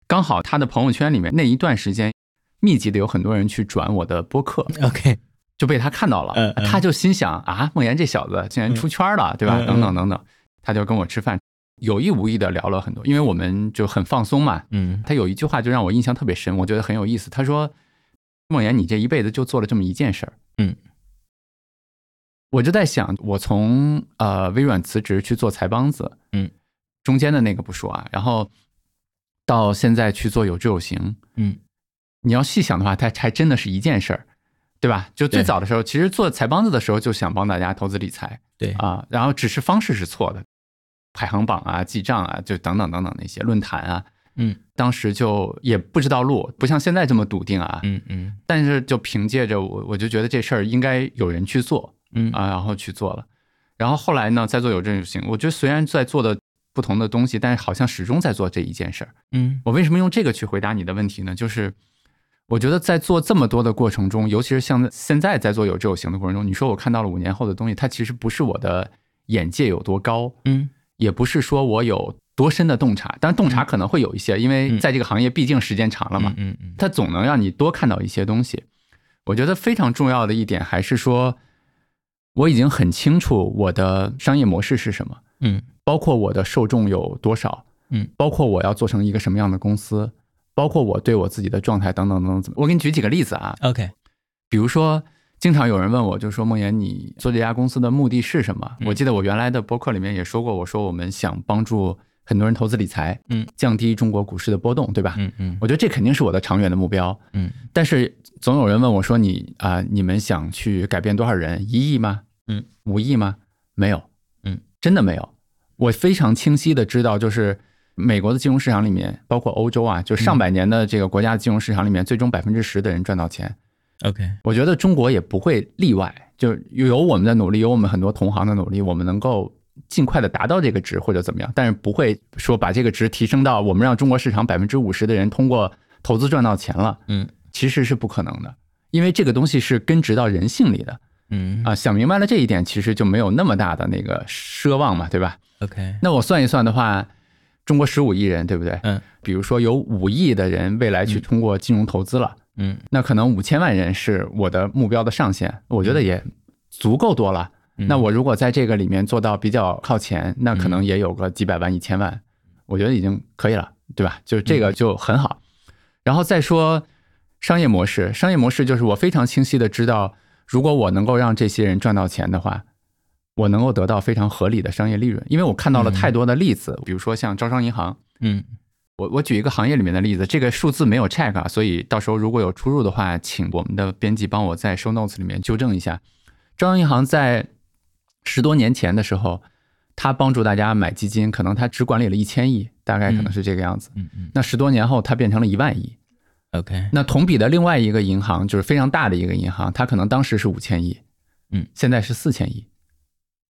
Speaker 1: 刚好他的朋友圈里面那一段时间密集的有很多人去转我的播客，
Speaker 2: OK，
Speaker 1: 就被他看到了，
Speaker 2: 嗯嗯
Speaker 1: 他就心想啊，梦岩这小子竟然出圈了，对吧？
Speaker 2: 嗯嗯
Speaker 1: 等等等等，他就跟我吃饭，有意无意的聊了很多，因为我们就很放松嘛，
Speaker 2: 嗯
Speaker 1: 他有一句话就让我印象特别深，我觉得很有意思。他说：“梦岩，你这一辈子就做了这么一件事儿。”
Speaker 2: 嗯，
Speaker 1: 我就在想，我从呃微软辞职去做财帮子，
Speaker 2: 嗯，
Speaker 1: 中间的那个不说啊，然后到现在去做有志有行，
Speaker 2: 嗯
Speaker 1: 你要细想的话，它还真的是一件事儿，对吧？就最
Speaker 2: 对
Speaker 1: 早的时候，其实做财帮子的时候就想帮大家投资理财，
Speaker 2: 对，
Speaker 1: 啊，然后只是方式是错的，排行榜啊、记账啊，就等等等等那些论坛啊，
Speaker 2: 嗯
Speaker 1: 当时就也不知道路，不像现在这么笃定啊。
Speaker 2: 嗯嗯
Speaker 1: 但是就凭借着我，我就觉得这事儿应该有人去做
Speaker 2: 嗯
Speaker 1: 啊，然后去做了。然后后来呢，在做有证有行，我觉得虽然在做的不同的东西，但是好像始终在做这一件事儿。
Speaker 2: 嗯
Speaker 1: 我为什么用这个去回答你的问题呢？就是我觉得在做这么多的过程中，尤其是像现在在做有志有行的过程中，你说我看到了五年后的东西，它其实不是我的眼界有多高，
Speaker 2: 嗯
Speaker 1: 也不是说我有多深的洞察，当然洞察可能会有一些，因为
Speaker 2: 嗯
Speaker 1: 在这个行业毕竟时间长了嘛，
Speaker 2: 嗯嗯
Speaker 1: 它总能让你多看到一些东西。我觉得非常重要的一点还是说，我已经很清楚我的商业模式是什么，
Speaker 2: 嗯
Speaker 1: 包括我的受众有多少，
Speaker 2: 嗯，
Speaker 1: 包括我要做成一个什么样的公司，包括我对我自己的状态等等等等。怎么我给你举几个例子啊，
Speaker 2: ，OK，
Speaker 1: 比如说，经常有人问我，就说梦岩，你做这家公司的目的是什么？
Speaker 2: 嗯
Speaker 1: 我记得我原来的博客里面也说过，我说我们想帮助很多人投资理财，
Speaker 2: 嗯，
Speaker 1: 降低中国股市的波动，对吧？
Speaker 2: 嗯嗯
Speaker 1: 我觉得这肯定是我的长远的目标。
Speaker 2: 嗯
Speaker 1: 但是总有人问我说你：“啊、你们想去改变多少人？一亿吗？
Speaker 2: 嗯，
Speaker 1: 五亿吗？没有，
Speaker 2: 嗯，
Speaker 1: 真的没有。我非常清晰的知道，就是美国的金融市场里面，包括欧洲啊，就上百年的这个国家的金融市场里面，最终百分之十的人赚到钱。
Speaker 2: ，OK，
Speaker 1: 我觉得中国也不会例外，就有我们的努力，有我们很多同行的努力，我们能够尽快的达到这个值或者怎么样，但是不会说把这个值提升到我们让中国市场百分之五十的人通过投资赚到钱了，
Speaker 2: 嗯
Speaker 1: 其实是不可能的，因为这个东西是根植到人性里的
Speaker 2: 嗯
Speaker 1: 啊。想明白了这一点，其实就没有那么大的那个奢望嘛，对吧？
Speaker 2: ，OK，
Speaker 1: 那我算一算的话，中国十五亿人，对不对？
Speaker 2: 嗯
Speaker 1: 比如说有五亿的人未来去通过金融投资了。
Speaker 2: 嗯
Speaker 1: 那可能五千万人是我的目标的上限，我觉得也足够多了。
Speaker 2: 嗯
Speaker 1: 那我如果在这个里面做到比较靠前，那可能也有个几百万、一千万，我觉得已经可以了，对吧？就是这个就很好。然后再说商业模式，商业模式就是我非常清晰的知道，如果我能够让这些人赚到钱的话，我能够得到非常合理的商业利润，因为我看到了太多的例子，比如说像招商银行，
Speaker 2: 嗯
Speaker 1: 我我举一个行业里面的例子，这个数字没有 check 啊，所以到时候如果有出入的话，请我们的编辑帮我在 show notes 里面纠正一下。招商银行在十多年前的时候，它帮助大家买基金，可能它只管理了一千亿，大概可能是这个样子。
Speaker 2: 嗯嗯
Speaker 1: 那十多年后，它变成了一万亿。
Speaker 2: ，OK，
Speaker 1: 那同比的另外一个银行，就是非常大的一个银行，它可能当时是五千亿，
Speaker 2: 嗯，
Speaker 1: 现在是四千亿。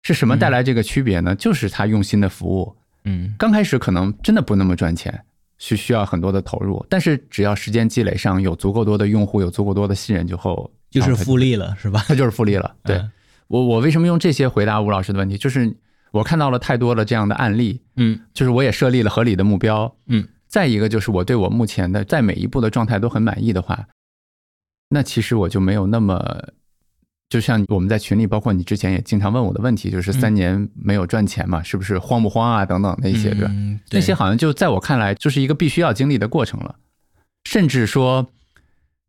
Speaker 1: 是什么带来这个区别呢？就是它用心的服务，
Speaker 2: 嗯
Speaker 1: 刚开始可能真的不那么赚钱，是需要很多的投入，但是只要时间积累上有足够多的用户，有足够多的信任之后，
Speaker 2: 就是
Speaker 1: 然后它
Speaker 2: 复利了是吧？
Speaker 1: 它就是复利了。对、
Speaker 2: 嗯
Speaker 1: 我，我为什么用这些回答吴老师的问题？就是我看到了太多的这样的案例，
Speaker 2: 嗯
Speaker 1: 就是我也设立了合理的目标，
Speaker 2: 嗯，
Speaker 1: 再一个就是我对我目前的在每一步的状态都很满意的话，那其实我就没有那么。就像我们在群里，包括你之前也经常问我的问题，就是三
Speaker 2: 嗯
Speaker 1: 年没有赚钱嘛，是不是慌不慌啊？等等那些，对吧？
Speaker 2: 嗯
Speaker 1: 那些好像就在我看来，就是一个必须要经历的过程了。甚至说，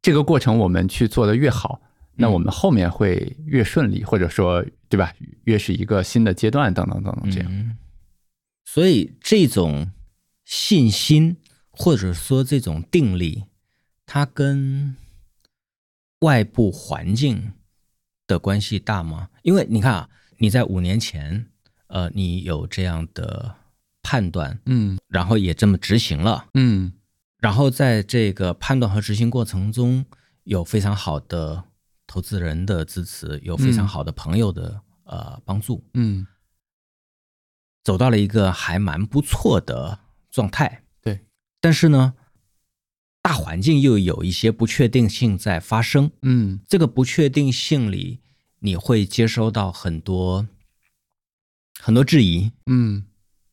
Speaker 1: 这个过程我们去做的越好，那我们后面会越顺利，或者说，对吧？越是一个新的阶段，等等等等，这样。
Speaker 2: 嗯所以这种信心或者说这种定力，它跟外部环境的关系大吗？因为你看啊，你在五年前，呃，你有这样的判断，
Speaker 1: 嗯
Speaker 2: 然后也这么执行了，
Speaker 1: 嗯
Speaker 2: 然后在这个判断和执行过程中，有非常好的投资人的支持，有非常
Speaker 1: 嗯
Speaker 2: 好的朋友的、呃帮助，
Speaker 1: 嗯
Speaker 2: 走到了一个还蛮不错的状态。
Speaker 1: 对，
Speaker 2: 但是呢，大环境又有一些不确定性在发生。
Speaker 1: 嗯
Speaker 2: 这个不确定性里，你会接收到很多很多质疑，
Speaker 1: 嗯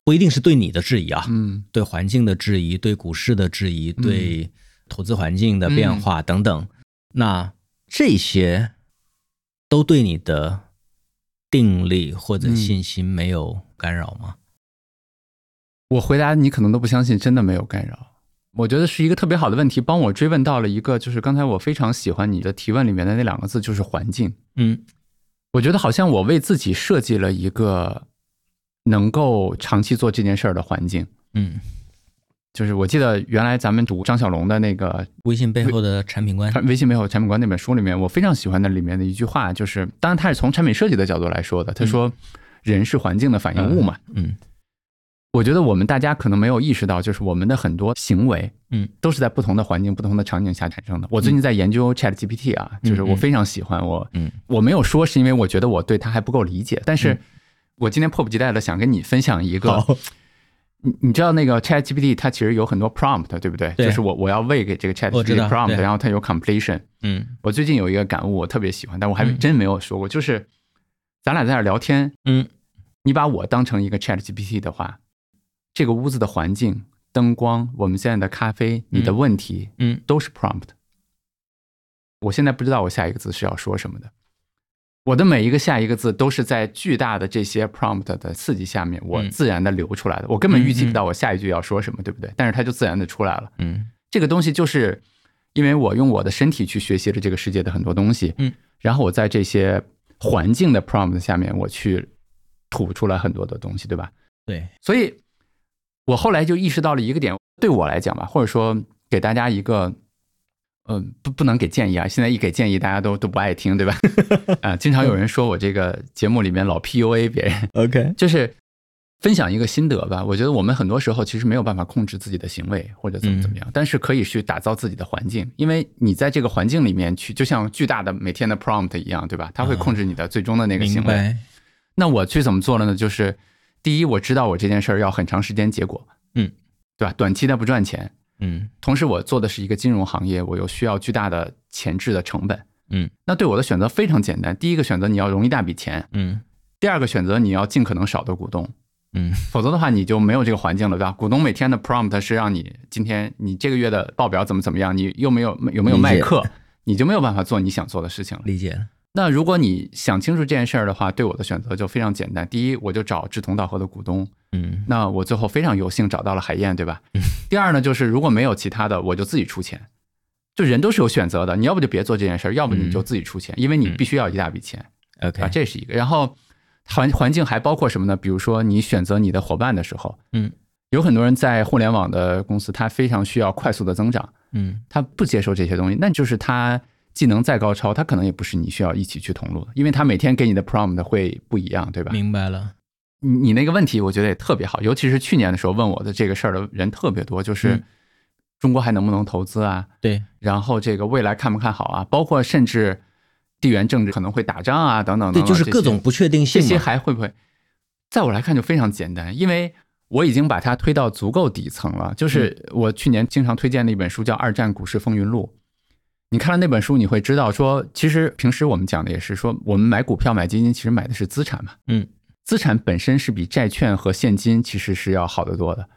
Speaker 2: 不一定是对你的质疑啊，
Speaker 1: 嗯
Speaker 2: 对环境的质疑，对股市的质疑，对投资环境的变化等等。那这些都对你的定力或者
Speaker 1: 嗯
Speaker 2: 信心没有干扰吗？
Speaker 1: 我回答你可能都不相信，真的没有干扰。我觉得是一个特别好的问题，帮我追问到了一个，就是刚才我非常喜欢你的提问里面的那两个字，就是环境。
Speaker 2: 嗯
Speaker 1: 我觉得好像我为自己设计了一个能够长期做这件事儿的环境。
Speaker 2: 嗯。
Speaker 1: 就是我记得原来咱们读张小龙的那个
Speaker 2: 微信背后的产品观。
Speaker 1: 《微信没有产品观》那本书里面，我非常喜欢的里面的一句话，就是当然他是从产品设计的角度来说的，他说人是环境的反应物嘛。
Speaker 2: 嗯
Speaker 1: 我觉得我们大家可能没有意识到，就是我们的很多行为，
Speaker 2: 嗯，
Speaker 1: 都是在不同的环境、不同的场景下产生的。我最近在研究 Chat GPT 啊，
Speaker 2: 嗯
Speaker 1: 就是我非常喜欢我，
Speaker 2: 嗯
Speaker 1: 我没有说是因为我觉得我对它还不够理解，但是
Speaker 2: 嗯
Speaker 1: 我今天迫不及待的想跟你分享一个
Speaker 2: 好
Speaker 1: 你你知道那个 Chat GPT 它其实有很多 prompt，对不对？
Speaker 2: 对
Speaker 1: 就是我我要喂给这个 Chat
Speaker 2: 我知
Speaker 1: GPT
Speaker 2: 道
Speaker 1: prompt，
Speaker 2: 对
Speaker 1: 然后它有 completion。
Speaker 2: 嗯
Speaker 1: 我最近有一个感悟，我特别喜欢，但我还
Speaker 2: 嗯
Speaker 1: 真没有说过，就是咱俩在这儿聊天，
Speaker 2: 嗯，
Speaker 1: 你把我当成一个 Chat GPT 的话，这个屋子的环境、灯光、我们现在的咖啡、你的
Speaker 2: 嗯
Speaker 1: 问题，
Speaker 2: 嗯
Speaker 1: 都是 prompt。我现在不知道我下一个字是要说什么的。我的每一个下一个字都是在巨大的这些 prompt 的刺激下面，我
Speaker 2: 嗯
Speaker 1: 自然的流出来的。我根本预计
Speaker 2: 嗯嗯
Speaker 1: 不到我下一句要说什么，对不对？但是它就自然的出来了。
Speaker 2: 嗯
Speaker 1: 这个东西就是因为我用我的身体去学习了这个世界的很多东西，
Speaker 2: 嗯，
Speaker 1: 然后我在这些环境的 prompt 下面，我去吐出来很多的东西，对吧？
Speaker 2: 对，
Speaker 1: 所以我后来就意识到了一个点，对我来讲吧，或者说给大家一个，呃，不不能给建议啊，现在一给建议大家都都不爱听，对吧？ 啊，经常有人说我这个节目里面老 PUA 别人，
Speaker 2: OK，
Speaker 1: 就是分享一个心得吧。我觉得我们很多时候其实没有办法控制自己的行为或者怎
Speaker 2: 嗯
Speaker 1: 么怎么样，但是可以去打造自己的环境，因为你在这个环境里面去，就像巨大的每天的 prompt 一样，对吧？它会控制你的最终的那个
Speaker 2: 啊明
Speaker 1: 行为。
Speaker 2: 白，
Speaker 1: 那我去怎么做了呢？就是第一，我知道我这件事儿要很长时间结果，
Speaker 2: 嗯，
Speaker 1: 对吧？短期的不赚钱，
Speaker 2: 嗯
Speaker 1: 同时我做的是一个金融行业，我又需要巨大的前置的成本。
Speaker 2: 嗯
Speaker 1: 那对我的选择非常简单，第一个选择你要融一大笔钱，
Speaker 2: 嗯
Speaker 1: 第二个选择你要尽可能少的股东，
Speaker 2: 嗯
Speaker 1: 否则的话你就没有这个环境了，对吧？股东每天的 prompt 是让你今天你这个月的报表怎么怎么样，你又没有有没有卖
Speaker 2: 理解
Speaker 1: 课，你就没有办法做你想做的事情了。
Speaker 2: 理解了，
Speaker 1: 那如果你想清楚这件事儿的话，对我的选择就非常简单。第一，我就找志同道合的股东。
Speaker 2: 嗯
Speaker 1: 那我最后非常有幸找到了海燕，对吧？第二呢，就是如果没有其他的，我就自己出钱。就人都是有选择的，你要不就别做这件事儿，要不你就自己出钱，因为你必须要一大笔钱
Speaker 2: ，OK，
Speaker 1: 啊，这是一个。然后环环境还包括什么呢？比如说你选择你的伙伴的时候，
Speaker 2: 嗯
Speaker 1: 有很多人在互联网的公司，他非常需要快速的增长，
Speaker 2: 嗯
Speaker 1: 他不接受这些东西，那就是他技能再高超，他可能也不是你需要一起去同路的，因为他每天给你的 prompt 会不一样，对吧？
Speaker 2: 明白了，
Speaker 1: 你你那个问题我觉得也特别好，尤其是去年的时候问我的这个事儿的人特别多，就是
Speaker 2: 嗯
Speaker 1: 中国还能不能投资啊？
Speaker 2: 对，
Speaker 1: 然后这个未来看不看好啊？包括甚至地缘政治可能会打仗啊，等等等
Speaker 2: 对，
Speaker 1: 等
Speaker 2: 就是
Speaker 1: 这
Speaker 2: 各
Speaker 1: 些
Speaker 2: 种不确定
Speaker 1: 这
Speaker 2: 性
Speaker 1: 些
Speaker 2: 嘛，
Speaker 1: 还会不会？在我来看就非常简单，因为我已经把它推到足够底层了。就是我去年经常推荐的一本书叫《二战股市风云录》，你看了那本书，你会知道说，其实平时我们讲的也是说，我们买股票、买基金，其实买的是资产嘛。
Speaker 2: 嗯，
Speaker 1: 资产本身是比债券和现金其实是要好得多的，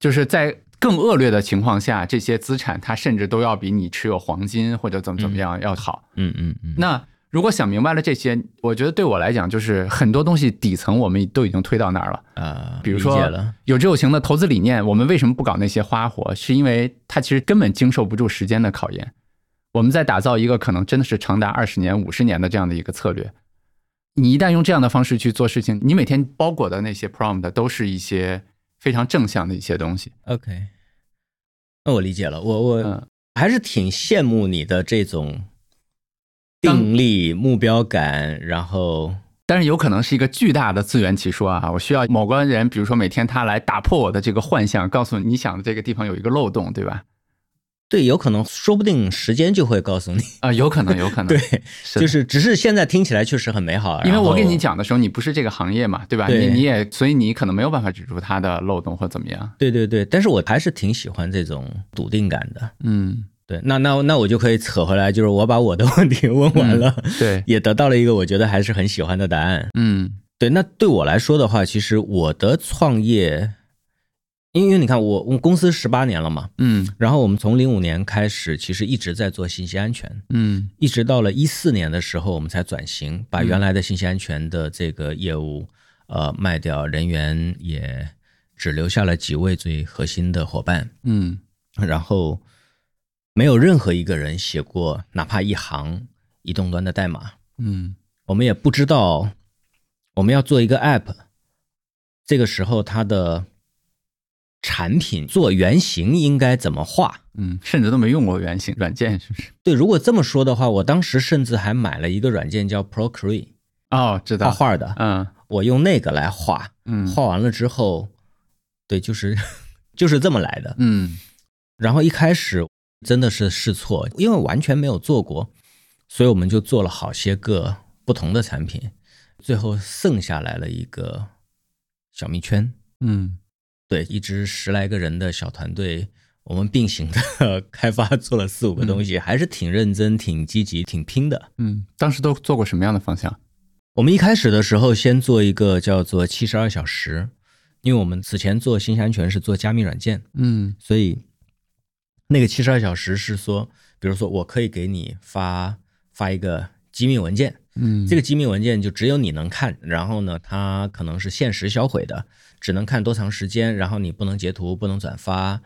Speaker 1: 就是在。更恶劣的情况下，这些资产它甚至都要比你持有黄金或者怎么怎么样要好。
Speaker 2: 嗯嗯嗯，
Speaker 1: 那如果想明白了这些，我觉得对我来讲，就是很多东西底层我们都已经推到那儿了。
Speaker 2: 啊，
Speaker 1: 比如
Speaker 2: 理
Speaker 1: 说
Speaker 2: 解了，
Speaker 1: 有志有情的投资理念，我们为什么不搞那些花活？是因为它其实根本经受不住时间的考验。我们在打造一个可能真的是长达二十年、五十年的这样的一个策略。你一旦用这样的方式去做事情，你每天包裹的那些 prompt 都是一些非常正向的一些东西。
Speaker 2: OK，那我理解了，我我、
Speaker 1: 嗯
Speaker 2: 还是挺羡慕你的这种
Speaker 1: 当
Speaker 2: 定力、目标感，然后
Speaker 1: 但是有可能是一个巨大的自圆其说啊！我需要某个人，比如说每天他来打破我的这个幻象，告诉你你想的这个地方有一个漏洞，对吧？
Speaker 2: 对，有可能说不定时间就会告诉你，
Speaker 1: 啊、有可能，有可能，
Speaker 2: 对，
Speaker 1: 是的
Speaker 2: 就是只是现在听起来确实很美好，啊
Speaker 1: 因为
Speaker 2: 然后
Speaker 1: 我跟你，讲的时候，你不是这个行业嘛，对吧？
Speaker 2: 对
Speaker 1: 你你也，所以你可能没有办法指出它的漏洞或怎么样。
Speaker 2: 对对对，但是我还是挺喜欢这种笃定感的。
Speaker 1: 嗯，
Speaker 2: 对，那那那我就可以扯回来，就是我把我的问题 问
Speaker 1: 嗯
Speaker 2: 完了，
Speaker 1: 对，
Speaker 2: 也得到了一个我觉得还是很喜欢的答案。
Speaker 1: 嗯
Speaker 2: 对，那对我来说的话，其实我的创业，因为你看我我公司十八年了嘛，
Speaker 1: 嗯
Speaker 2: 然后我们从零五年开始，其实一直在做信息安全，
Speaker 1: 嗯
Speaker 2: 一直到了一四年的时候，我们才转型，把原来的信息安全的这个业务呃卖掉，人员也只留下了几位最核心的伙伴，
Speaker 1: 嗯
Speaker 2: 然后没有任何一个人写过哪怕一行移动端的代码，
Speaker 1: 嗯
Speaker 2: 我们也不知道我们要做一个 app，这个时候它的产品做原型应该怎么画？
Speaker 1: 嗯，甚至都没用过原型软件，是不是？
Speaker 2: 对，如果这么说的话，我当时甚至还买了一个软件叫 Procreate，
Speaker 1: 哦，知
Speaker 2: 画
Speaker 1: 道。
Speaker 2: 画的，
Speaker 1: 嗯
Speaker 2: 我用那个来画，
Speaker 1: 嗯
Speaker 2: 画完了之后，对，就是 就是这么来的。
Speaker 1: 嗯
Speaker 2: 然后一开始真的是试错，因为完全没有做过，所以我们就做了好些个不同的产品，最后剩下来了一个小蜜圈。
Speaker 1: 嗯
Speaker 2: 对一支十来个人的小团队，我们并行的 开发做了四五个东西，还是挺认真、挺积极、挺拼的。
Speaker 1: 嗯，当时都做过什么样的方向？
Speaker 2: 我们一开始的时候，先做一个叫做七十二小时，因为我们此前做信息安全是做加密软件，
Speaker 1: 嗯
Speaker 2: 所以那个七十二小时是说，比如说我可以给你发发一个机密文件，
Speaker 1: 嗯，
Speaker 2: 这个机密文件就只有你能看，然后呢，它可能是限时销毁的，只能看多长时间，然后你不能截图，不能转发。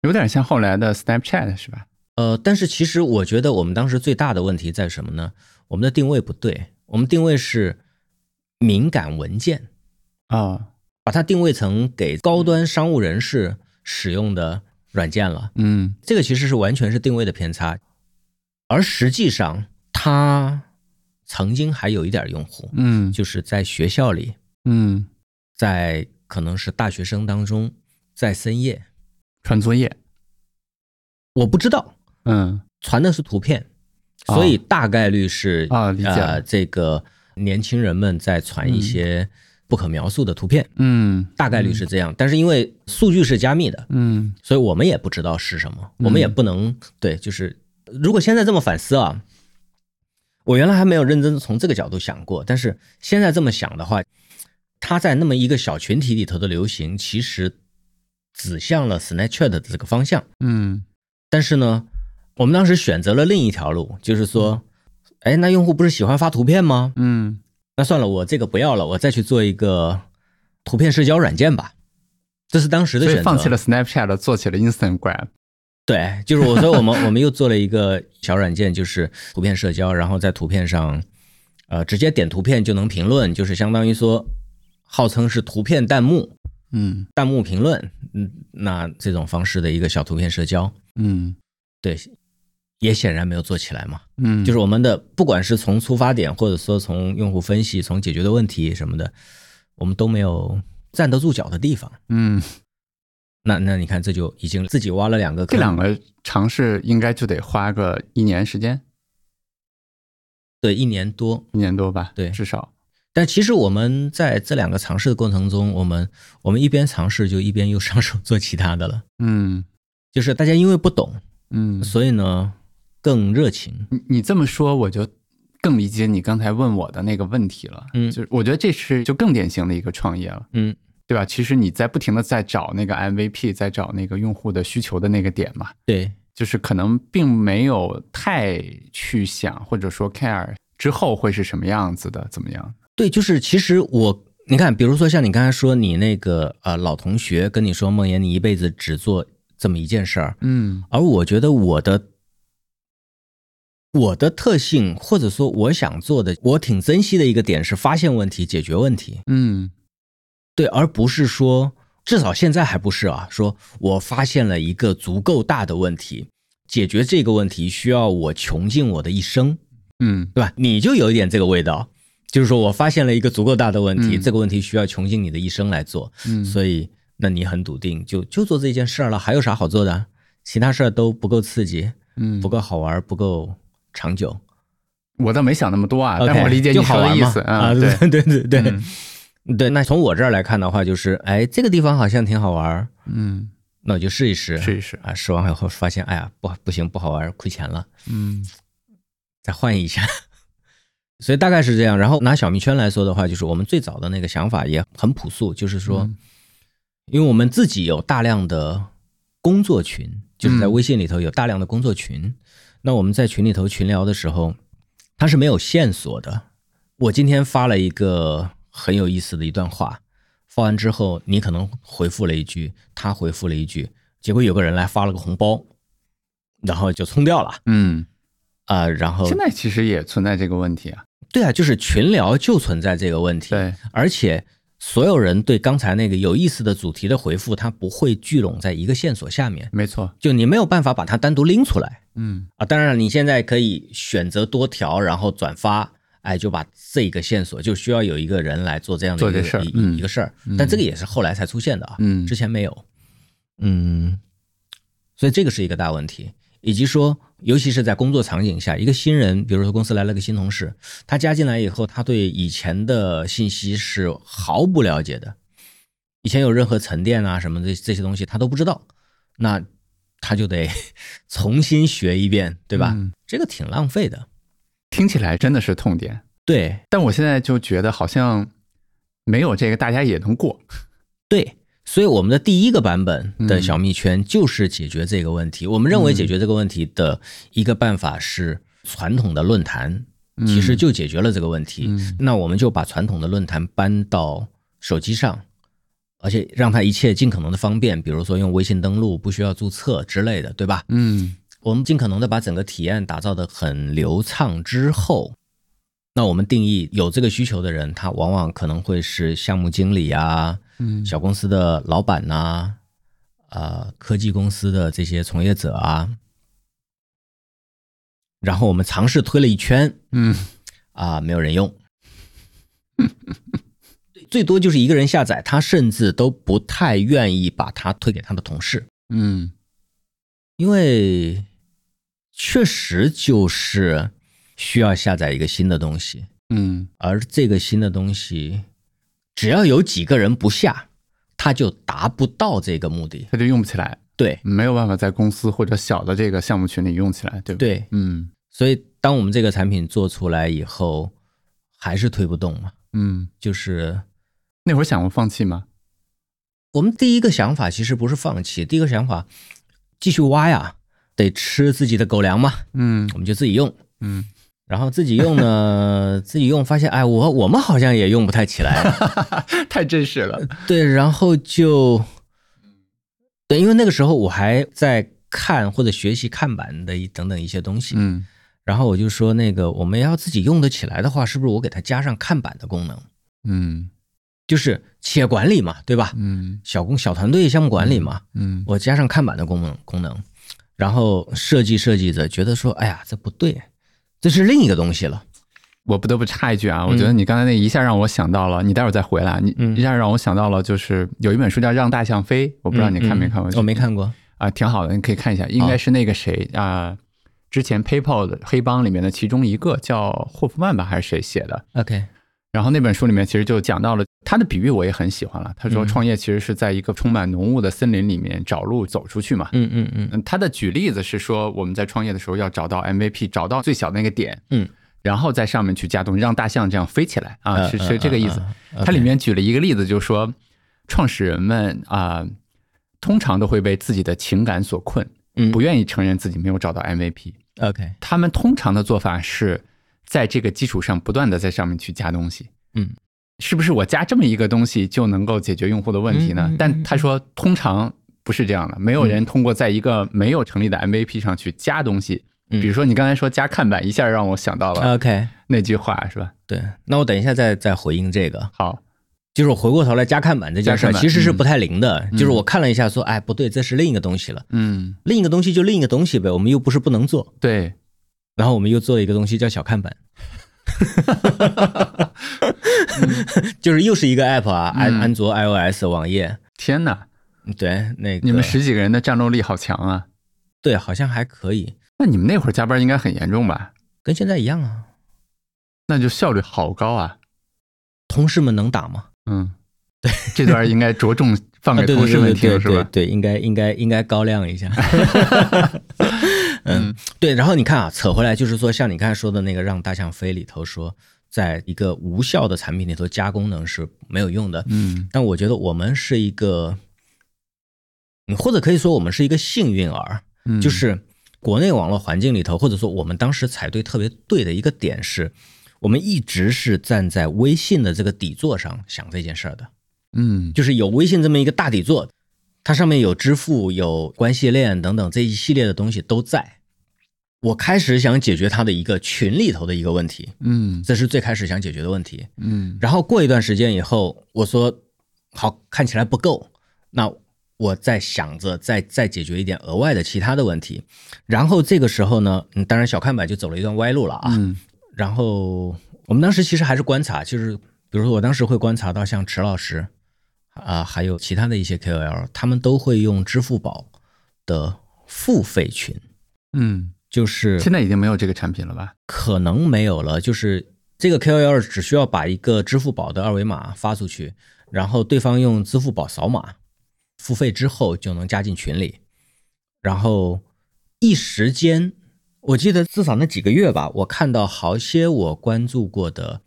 Speaker 1: 有点像后来的 Snapchat 是吧？
Speaker 2: 呃，但是其实我觉得我们当时最大的问题在什么呢？我们的定位不对，我们定位是敏感文件，
Speaker 1: 啊、
Speaker 2: 把它定位成给高端商务人士使用的软件了。
Speaker 1: 嗯
Speaker 2: 这个其实是完全是定位的偏差，而实际上它曾经还有一点用户，
Speaker 1: 嗯
Speaker 2: 就是在学校里，
Speaker 1: 嗯，
Speaker 2: 在可能是大学生当中，在深夜，
Speaker 1: 传作业，
Speaker 2: 我不知道
Speaker 1: 嗯
Speaker 2: 传的是图片，
Speaker 1: 啊
Speaker 2: 所以大概率是
Speaker 1: 啊理解了
Speaker 2: 呃这个年轻人们在传一些不可描述的图片，
Speaker 1: 嗯
Speaker 2: 大概率是这样。但是因为数据是加密的，
Speaker 1: 嗯
Speaker 2: 所以我们也不知道是什么，我们也不能、对，就是如果现在这么反思啊，我原来还没有认真从这个角度想过，但是现在这么想的话，它在那么一个小群体里头的流行，其实指向了 Snapchat 的这个方向。
Speaker 1: 嗯
Speaker 2: 但是呢，我们当时选择了另一条路，就是说，哎，那用户不是喜欢发图片吗？
Speaker 1: 嗯
Speaker 2: 那算了，我这个不要了，我再去做一个图片社交软件吧。这是当时的
Speaker 1: 所
Speaker 2: 选择，
Speaker 1: 以放弃了 Snapchat，做起了 Instagram。
Speaker 2: 对，就是我说我们我们又做了一个小软件，就是图片社交，然后在图片上，呃，直接点图片就能评论，就是相当于说，号称是图片弹幕，
Speaker 1: 嗯
Speaker 2: 弹幕评论，嗯，那这种方式的一个小图片社交，
Speaker 1: 嗯
Speaker 2: 对，也显然没有做起来嘛。
Speaker 1: 嗯，
Speaker 2: 就是我们的不管是从出发点，或者说从用户分析、从解决的问题什么的，我们都没有站得住脚的地方。
Speaker 1: 嗯，
Speaker 2: 那那你看，这就已经自己挖了两个
Speaker 1: 这
Speaker 2: 坑，
Speaker 1: 两个尝试应该就得花个一年时间，
Speaker 2: 对一年多，
Speaker 1: 一年多吧，
Speaker 2: 对
Speaker 1: 至少。
Speaker 2: 但其实我们在这两个尝试的过程中，我们我们一边尝试就一边又上手做其他的了。
Speaker 1: 嗯
Speaker 2: 就是大家因为不懂，
Speaker 1: 嗯，
Speaker 2: 所以呢更热情。
Speaker 1: 你你这么说，我就更理解你刚才问我的那个问题了。
Speaker 2: 嗯
Speaker 1: 就是我觉得这是就更典型的一个创业了，
Speaker 2: 嗯，
Speaker 1: 对吧？其实你在不停的在找那个 MVP，在找那个用户的需求的那个点嘛，
Speaker 2: 对
Speaker 1: 就是可能并没有太去想或者说 care 之后会是什么样子的，怎么样？
Speaker 2: 对，就是其实我你看，比如说像你刚才说你那个呃老同学跟你说梦妍，你一辈子只做这么一件事儿，
Speaker 1: 嗯
Speaker 2: 而我觉得我的我的特性或者说我想做的，我挺珍惜的一个点是发现问题、解决问题。
Speaker 1: 嗯
Speaker 2: 对，而不是说，至少现在还不是啊。说我发现了一个足够大的问题，解决这个问题需要我穷尽我的一生，
Speaker 1: 嗯
Speaker 2: 对吧？你就有一点这个味道，就是说我发现了一个足够大的问题，
Speaker 1: 嗯
Speaker 2: 这个问题需要穷尽你的一生来做，
Speaker 1: 嗯，
Speaker 2: 所以那你很笃定，就就做这件事儿了，还有啥好做的？其他事儿都不够刺激，
Speaker 1: 嗯
Speaker 2: 不够好玩，不够长久。
Speaker 1: 我倒没想那么多啊，
Speaker 2: OK，
Speaker 1: 但我理解你
Speaker 2: 就好
Speaker 1: 说的
Speaker 2: 玩
Speaker 1: 意
Speaker 2: 嘛
Speaker 1: 思
Speaker 2: 啊，
Speaker 1: 嗯对，
Speaker 2: 对对对对
Speaker 1: 嗯
Speaker 2: 对。那从我这儿来看的话，就是哎，这个地方好像挺好玩儿，
Speaker 1: 嗯，
Speaker 2: 那我就试一试，
Speaker 1: 试一试，
Speaker 2: 啊，试完以后发现，哎呀，不不行，不好玩，亏钱了，
Speaker 1: 嗯
Speaker 2: 再换一下。所以大概是这样。然后拿小蜜圈来说的话，就是我们最早的那个想法也很朴素，就是说，
Speaker 1: 嗯
Speaker 2: 因为我们自己有大量的工作群，就是在
Speaker 1: 嗯
Speaker 2: 微信里头有大量的工作群。那我们在群里头群聊的时候，它是没有线索的。我今天发了一个很有意思的一段话，发完之后，你可能回复了一句，他回复了一句，结果有个人来发了个红包，然后就冲掉了
Speaker 1: 嗯，
Speaker 2: 啊、然后
Speaker 1: 现在其实也存在这个问题啊，
Speaker 2: 对啊，就是群聊就存在这个问题，
Speaker 1: 对，
Speaker 2: 而且所有人对刚才那个有意思的主题的回复，它不会聚拢在一个线索下面，
Speaker 1: 没错，
Speaker 2: 就你没有办法把它单独拎出来
Speaker 1: 嗯
Speaker 2: 啊。当然，了，你现在可以选择多条，然后转发，哎，就把这一个线索就需要有一个人来做这样的
Speaker 1: 做
Speaker 2: 一个
Speaker 1: 这事儿
Speaker 2: 一
Speaker 1: 嗯
Speaker 2: 一个事儿，但这个也是后来才出现的啊，
Speaker 1: 嗯
Speaker 2: 之前没有，嗯，所以这个是一个大问题。以及说，尤其是在工作场景下，一个新人，比如说公司来了个新同事，他加进来以后，他对以前的信息是毫不了解的，以前有任何沉淀啊什么的这些东西，他都不知道，那他就得 重新学一遍，对吧？
Speaker 1: 嗯
Speaker 2: 这个挺浪费的。
Speaker 1: 听起来真的是痛点，
Speaker 2: 对
Speaker 1: 但我现在就觉得好像没有这个大家也能过。
Speaker 2: 对，所以我们的第一个版本的小蜜圈就是解决这个问题。我们认为解决这个问题的一个办法是传统的论坛，其实就解决了这个问题。
Speaker 1: 嗯
Speaker 2: 那我们就把传统的论坛搬到手机上，而且让它一切尽可能的方便，比如说用微信登录，不需要注册之类的，对吧？
Speaker 1: 嗯
Speaker 2: 我们尽可能的把整个体验打造的很流畅之后，那我们定义有这个需求的人，他往往可能会是项目经理啊、
Speaker 1: 嗯
Speaker 2: 小公司的老板呐、呃，科技公司的这些从业者啊。然后我们尝试推了一圈，
Speaker 1: 嗯
Speaker 2: 啊，没有人用。最多就是一个人下载，他甚至都不太愿意把它推给他的同事，
Speaker 1: 嗯
Speaker 2: 因为确实就是需要下载一个新的东西，
Speaker 1: 嗯
Speaker 2: 而这个新的东西只要有几个人不下，他就达不到这个目的。
Speaker 1: 它就用不起来，
Speaker 2: 对
Speaker 1: 没有办法在公司或者小的这个项目群里用起来，对不？
Speaker 2: 对，
Speaker 1: 嗯
Speaker 2: 所以当我们这个产品做出来以后，还是推不动嘛，
Speaker 1: 嗯，
Speaker 2: 就是
Speaker 1: 那会儿想过放弃吗？
Speaker 2: 我们第一个想法其实不是放弃，第一个想法继续挖呀，得吃自己的狗粮嘛，
Speaker 1: 嗯
Speaker 2: 我们就自己用。
Speaker 1: 嗯
Speaker 2: 然后自己用呢，自己用发现，哎，我我们好像也用不太起 来。
Speaker 1: 太真实了。
Speaker 2: 对，然后就，对，因为那个时候我还在看或者学习看板的一等等一些东西，
Speaker 1: 嗯
Speaker 2: 然后我就说，那个我们要自己用得起来的话，是不是我给它加上看板的功能，
Speaker 1: 嗯
Speaker 2: 就是企业管理嘛，对吧？
Speaker 1: 嗯
Speaker 2: 小工小团队项目管理嘛，
Speaker 1: 嗯
Speaker 2: 我加上看板的功能功能，然后设计设计着觉得说，哎呀，这不对，这是另一个东西了。
Speaker 1: 我不得不插一句啊，我觉得你刚才那一下让我想到了，你待会儿再回来，你
Speaker 2: 嗯
Speaker 1: 一下让我想到了，就是有一本书叫《让大象飞》，我
Speaker 2: 我
Speaker 1: 不知道你看没看过？
Speaker 2: 嗯我没看过。
Speaker 1: 啊，挺好的，你可以看一下，应该是那个谁啊，之前 PayPal 的黑帮里面的其中一个叫霍夫曼吧，还是谁写的？
Speaker 2: OK，
Speaker 1: 然后那本书里面其实就讲到了他的比喻，我也很喜欢了。他说
Speaker 2: 嗯
Speaker 1: 创业其实是在一个充满浓雾的森林里面找路走出去嘛。
Speaker 2: 嗯嗯嗯
Speaker 1: 嗯，他的举例子是说，我们在创业的时候要找到 MVP，找到最小的那个点，
Speaker 2: 嗯，
Speaker 1: 然后在上面去加东西，让大象这样飞起来啊，
Speaker 2: 嗯
Speaker 1: 是
Speaker 2: 嗯
Speaker 1: 是这个意思
Speaker 2: 嗯。
Speaker 1: 它里面举了一个例子，就是说创始人们啊、通常都会被自己的情感所困，
Speaker 2: 嗯，
Speaker 1: 不愿意承认自己没有找到 MVP。
Speaker 2: OK，
Speaker 1: 他们通常的做法是在这个基础上不断的在上面去加东西。
Speaker 2: 嗯，
Speaker 1: 是不是我加这么一个东西就能够解决用户的问题呢？
Speaker 2: 嗯嗯嗯
Speaker 1: 但他说通常不是这样的，没有人通过在一个没有成立的 MVP 上去加东西。
Speaker 2: 嗯啊
Speaker 1: 比如说你刚才说加看板，一下让我想到了
Speaker 2: OK，
Speaker 1: 那句话，是吧？
Speaker 2: 对，那我等一下再再回应这个。
Speaker 1: 好，
Speaker 2: 就是我回过头来加看板这件事
Speaker 1: 加看
Speaker 2: 儿，
Speaker 1: 板
Speaker 2: 其实是
Speaker 1: 嗯
Speaker 2: 不太灵的。就是我看了一下，说，哎，不对，这是另一个东西了。
Speaker 1: 嗯，
Speaker 2: 另一个东西就另一个东西呗，我们又不是不能做。
Speaker 1: 对，
Speaker 2: 然后我们又做了一个东西叫小看板， 就是又是一个 app 啊，安、
Speaker 1: 嗯
Speaker 2: 安卓、iOS 网页，
Speaker 1: 天哪，
Speaker 2: 对，那个
Speaker 1: 你们十几个人的战斗力好强啊！
Speaker 2: 对，好像还可以，
Speaker 1: 那你们那会儿加班应该很严重吧？
Speaker 2: 跟现在一样啊。
Speaker 1: 那就效率好高啊！
Speaker 2: 同事们能打吗？
Speaker 1: 嗯，对，这段应该着重放
Speaker 2: 啊，
Speaker 1: 给
Speaker 2: 对
Speaker 1: 同
Speaker 2: 对
Speaker 1: 事
Speaker 2: 对
Speaker 1: 们
Speaker 2: 对
Speaker 1: 听，
Speaker 2: 对
Speaker 1: 是
Speaker 2: 对
Speaker 1: 吧？
Speaker 2: 对，应该应该应该高亮 一下。嗯，对。然后你看啊，扯回来就是说，像你刚才说的那个《让大象飞》里头说，在一个无效的产品里头加功能是没有用的。
Speaker 1: 嗯
Speaker 2: 但我觉得我们是一个，嗯，或者可以说我们是一个幸运儿，
Speaker 1: 嗯，
Speaker 2: 就是国内网络环境里头，或者说我们当时踩对特别对的一个点是，我们一直是站在微信的这个底座上想这件事儿的，
Speaker 1: 嗯
Speaker 2: 就是有微信这么一个大底座，它上面有支付、有关系链等等这一系列的东西都在。我开始想解决它的一个群里头的一个问题，
Speaker 1: 嗯
Speaker 2: 这是最开始想解决的问题。
Speaker 1: 嗯
Speaker 2: 然后过一段时间以后，我说好看起来不够，那我再想着再再解决一点额外的其他的问题。然后这个时候呢，嗯，当然小看板就走了一段歪路了啊。
Speaker 1: 嗯
Speaker 2: 然后我们当时其实还是观察，就是比如说我当时会观察到像池老师啊、还有其他的一些 KOL，他们都会用支付宝的付费群，
Speaker 1: 嗯，
Speaker 2: 就是
Speaker 1: 现在已经没有这个产品了吧？
Speaker 2: 可能没有了，就是这个 KOL 只需要把一个支付宝的二维码发出去，然后对方用支付宝扫码付费之后就能加进群里，然后一时间，我记得至少那几个月吧，我看到好些我关注过的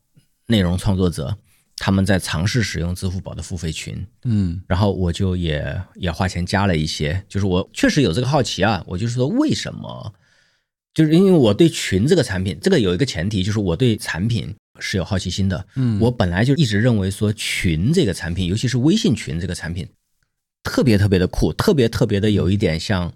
Speaker 2: 内容创作者，他们在尝试使用支付宝的付费群，
Speaker 1: 嗯
Speaker 2: 然后我就也也花钱加了一些，就是我确实有这个好奇啊，我就是说为什么？就是因为我对群这个产品，这个有一个前提，就是我对产品是有好奇心的。
Speaker 1: 嗯
Speaker 2: 我本来就一直认为说群这个产品，尤其是微信群这个产品，特别特别的酷，特别特别的有一点像，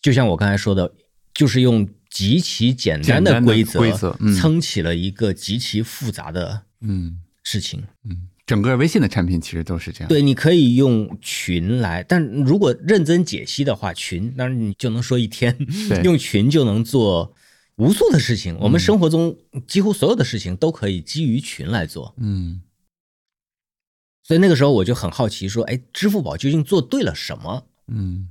Speaker 2: 就像我刚才说的，就是用极其简单
Speaker 1: 简单的
Speaker 2: 规则
Speaker 1: 规则嗯
Speaker 2: 撑起了一个极其复杂的
Speaker 1: 嗯
Speaker 2: 事情。
Speaker 1: 嗯，整个微信的产品其实都是这样。，
Speaker 2: 对，你可以用群来，但如果认真解析的话，群当然你就能说一天
Speaker 1: 对，
Speaker 2: 用群就能做无数的事情。我们生活中几乎所有的事情都可以基于群来做，
Speaker 1: 嗯
Speaker 2: 所以那个时候我就很好奇，说，哎，支付宝究竟做对了什么？
Speaker 1: 嗯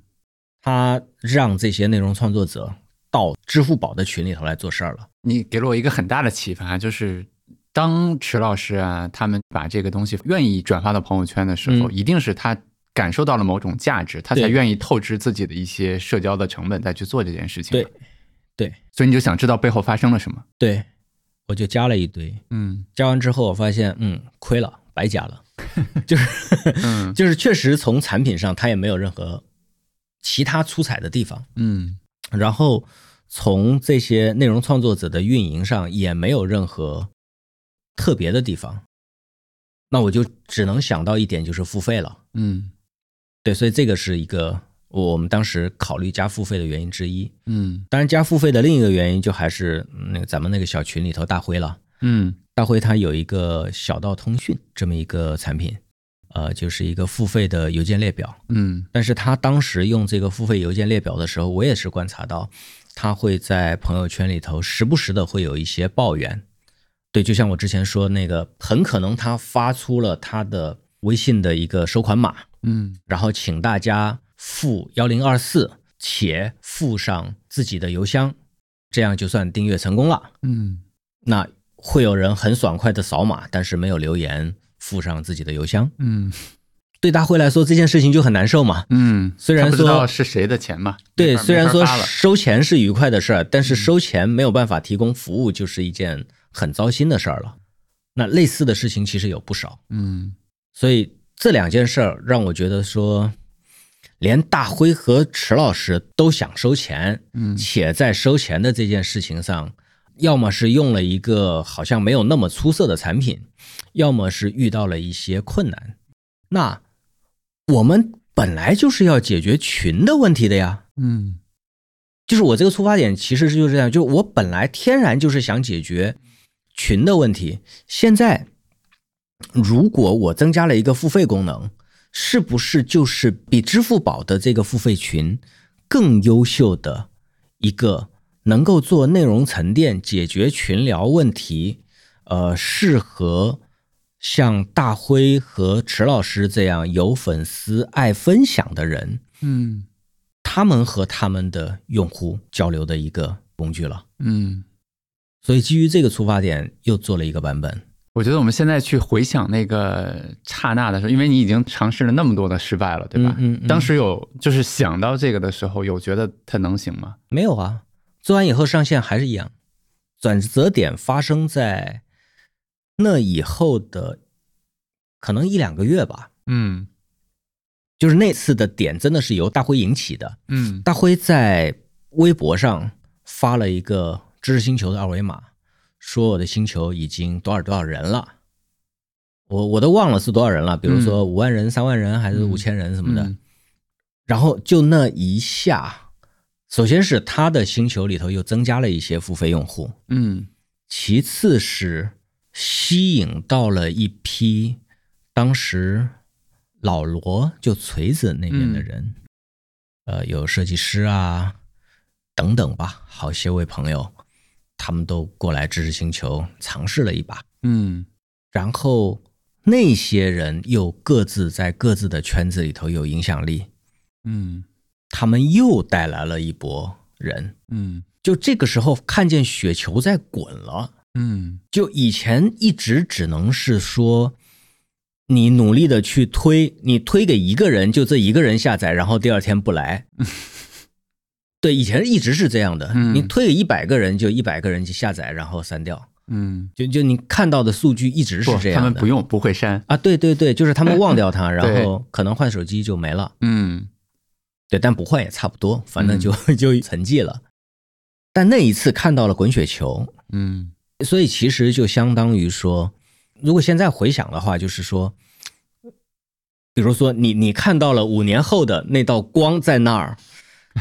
Speaker 2: 它让这些内容创作者到支付宝的群里头来做事儿了。
Speaker 1: 你给了我一个很大的启发，就是当池老师啊，他们把这个东西愿意转发到朋友圈的时候，
Speaker 2: 嗯
Speaker 1: 一定是他感受到了某种价值，他才
Speaker 2: 对
Speaker 1: 愿意透支自己的一些社交的成本再去做这件事情。
Speaker 2: 对，对，
Speaker 1: 所以你就想知道背后发生了什么。
Speaker 2: 对，我就加了一堆，
Speaker 1: 嗯
Speaker 2: 加完之后我发现，嗯，亏了，白加了，就是。
Speaker 1: 嗯
Speaker 2: 就是确实从产品上它也没有任何其他出彩的地方，
Speaker 1: 嗯
Speaker 2: 然后从这些内容创作者的运营上也没有任何特别的地方，那我就只能想到一点，就是付费了。
Speaker 1: 嗯
Speaker 2: 对，所以这个是一个我们当时考虑加付费的原因之一。
Speaker 1: 嗯
Speaker 2: 当然，加付费的另一个原因就还是嗯那个咱们那个小群里头大辉了。
Speaker 1: 嗯
Speaker 2: 大辉他有一个小道通讯这么一个产品，呃，就是一个付费的邮件列表。
Speaker 1: 嗯
Speaker 2: 但是他当时用这个付费邮件列表的时候，我也是观察到，他会在朋友圈里头时不时的会有一些抱怨。对，就像我之前说那个，很可能他发出了他的微信的一个收款码，
Speaker 1: 嗯
Speaker 2: 然后请大家付幺零二四，且附上自己的邮箱，这样就算订阅成功了。
Speaker 1: 嗯
Speaker 2: 那会有人很爽快的扫码，但是没有留言，附上自己的邮箱。
Speaker 1: 嗯
Speaker 2: 对大辉来说，这件事情就很难受嘛。
Speaker 1: 嗯，
Speaker 2: 虽然
Speaker 1: 他不知
Speaker 2: 说
Speaker 1: 道是谁的钱嘛，没
Speaker 2: 对，
Speaker 1: 法
Speaker 2: 虽然
Speaker 1: 没法
Speaker 2: 说
Speaker 1: 发了嗯
Speaker 2: 收钱是愉快的事儿，但是收钱没有办法提供服务，就是一件很糟心的事儿了。那类似的事情其实有不少，
Speaker 1: 嗯
Speaker 2: 所以这两件事儿让我觉得说，连大辉和池老师都想收钱，
Speaker 1: 嗯
Speaker 2: 且在收钱的这件事情上，要么是用了一个好像没有那么出色的产品，要么是遇到了一些困难。那我们本来就是要解决群的问题的呀。
Speaker 1: 嗯
Speaker 2: 就是我这个出发点其实是就是这样，就是我本来天然就是想解决群的问题，现在如果我增加了一个付费功能，是不是就是比支付宝的这个付费群更优秀的一个能够做内容沉淀、解决群聊问题，呃，适合像大辉和池老师这样有粉丝、爱分享的人，
Speaker 1: 嗯
Speaker 2: 他们和他们的用户交流的一个工具了。
Speaker 1: 嗯。
Speaker 2: 所以基于这个出发点，又做了一个版本。
Speaker 1: 我觉得我们现在去回想那个刹那的时候，因为你已经尝试了那么多的失败了，对吧？
Speaker 2: 嗯嗯嗯
Speaker 1: 当时有就是想到这个的时候，有觉得它能行吗？
Speaker 2: 没有啊，做完以后上线还是一样。转折点发生在那以后的可能一两个月吧，
Speaker 1: 嗯
Speaker 2: 就是那次的点真的是由大辉引起的。
Speaker 1: 嗯
Speaker 2: 大辉在微博上发了一个知识星球的二维码，说我的星球已经多少多少人了，我我都忘了是多少人了，比如说五万人、三万人还是五千人什么的。
Speaker 1: 嗯
Speaker 2: 然后就那一下，首先是他的星球里头又增加了一些付费用户，
Speaker 1: 嗯
Speaker 2: 其次是吸引到了一批当时老罗就锤子那边的人，呃，有设计师啊等等吧，好些位朋友，他们都过来知识星球尝试了一把，
Speaker 1: 嗯
Speaker 2: 然后那些人又各自在各自的圈子里头有影响力，
Speaker 1: 嗯
Speaker 2: 他们又带来了一波人。
Speaker 1: 嗯
Speaker 2: 就这个时候看见雪球在滚了。
Speaker 1: 嗯
Speaker 2: 就以前一直只能是说，你努力的去推，你推给一个人，就这一个人下载，然后第二天 不来。对，以前一直是这样的，
Speaker 1: 嗯
Speaker 2: 你推给一百个人，就一百个人去下载，然后删掉。
Speaker 1: 嗯，
Speaker 2: 就就你看到的数据一直是
Speaker 1: 不
Speaker 2: 这样的。
Speaker 1: 他们不用不会删，
Speaker 2: 啊，对对对，就是他们忘掉它，
Speaker 1: 对
Speaker 2: 然后可能换手机就没了。
Speaker 1: 嗯
Speaker 2: 对，但不换也差不多，反正就、 就沉寂了。但那一次看到了滚雪球，
Speaker 1: 嗯
Speaker 2: 所以其实就相当于说，如果现在回想的话，就是说，比如说你你看到了五年后的那道光在那儿，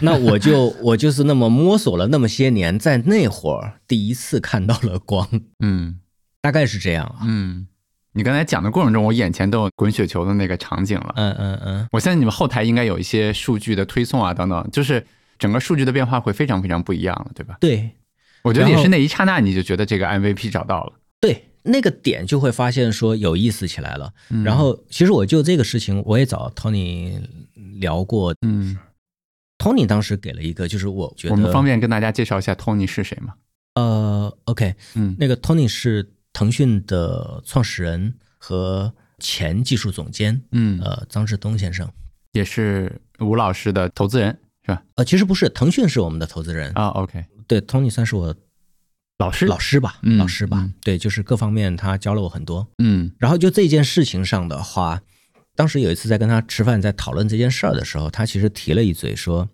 Speaker 2: 那 我就我就是那么摸索了那么些年，在那会儿第一次看到了光，
Speaker 1: 嗯
Speaker 2: 大概是这样啊。
Speaker 1: 嗯。你刚才讲的过程中，我眼前都有滚雪球的那个场景了。
Speaker 2: 嗯嗯嗯，
Speaker 1: 我相信你们后台应该有一些数据的推送啊，等等，就是整个数据的变化会非常非常不一样了，对吧？
Speaker 2: 对
Speaker 1: 我觉得
Speaker 2: 然
Speaker 1: 也
Speaker 2: 后
Speaker 1: 是那一刹那，你就觉得这个 MVP 找到了。
Speaker 2: 对，那个点就会发现说有意思起来了。
Speaker 1: 嗯
Speaker 2: 然后其实我就这个事情，我也找 Tony 聊过。
Speaker 1: 嗯，
Speaker 2: Tony 当时给了一个，就是我觉得
Speaker 1: 我们方便跟大家介绍一下 Tony 是谁吗？
Speaker 2: 呃，OK，
Speaker 1: 嗯
Speaker 2: 那个 Tony 是腾讯的创始人和前技术总监，
Speaker 1: 嗯，
Speaker 2: 呃，张志东先生。
Speaker 1: 也是吴老师的投资人是吧？
Speaker 2: 呃，其实不是，腾讯是我们的投资人，
Speaker 1: 啊，OK，
Speaker 2: 对，Tony 算是我
Speaker 1: 老师，
Speaker 2: 老师吧，
Speaker 1: 嗯
Speaker 2: 老师吧，
Speaker 1: 嗯
Speaker 2: 对，就是各方面他教了我很多。
Speaker 1: 嗯
Speaker 2: 然后就这件事情上的话，当时有一次在跟他吃饭，在讨论这件事儿的时候，他其实提了一嘴说，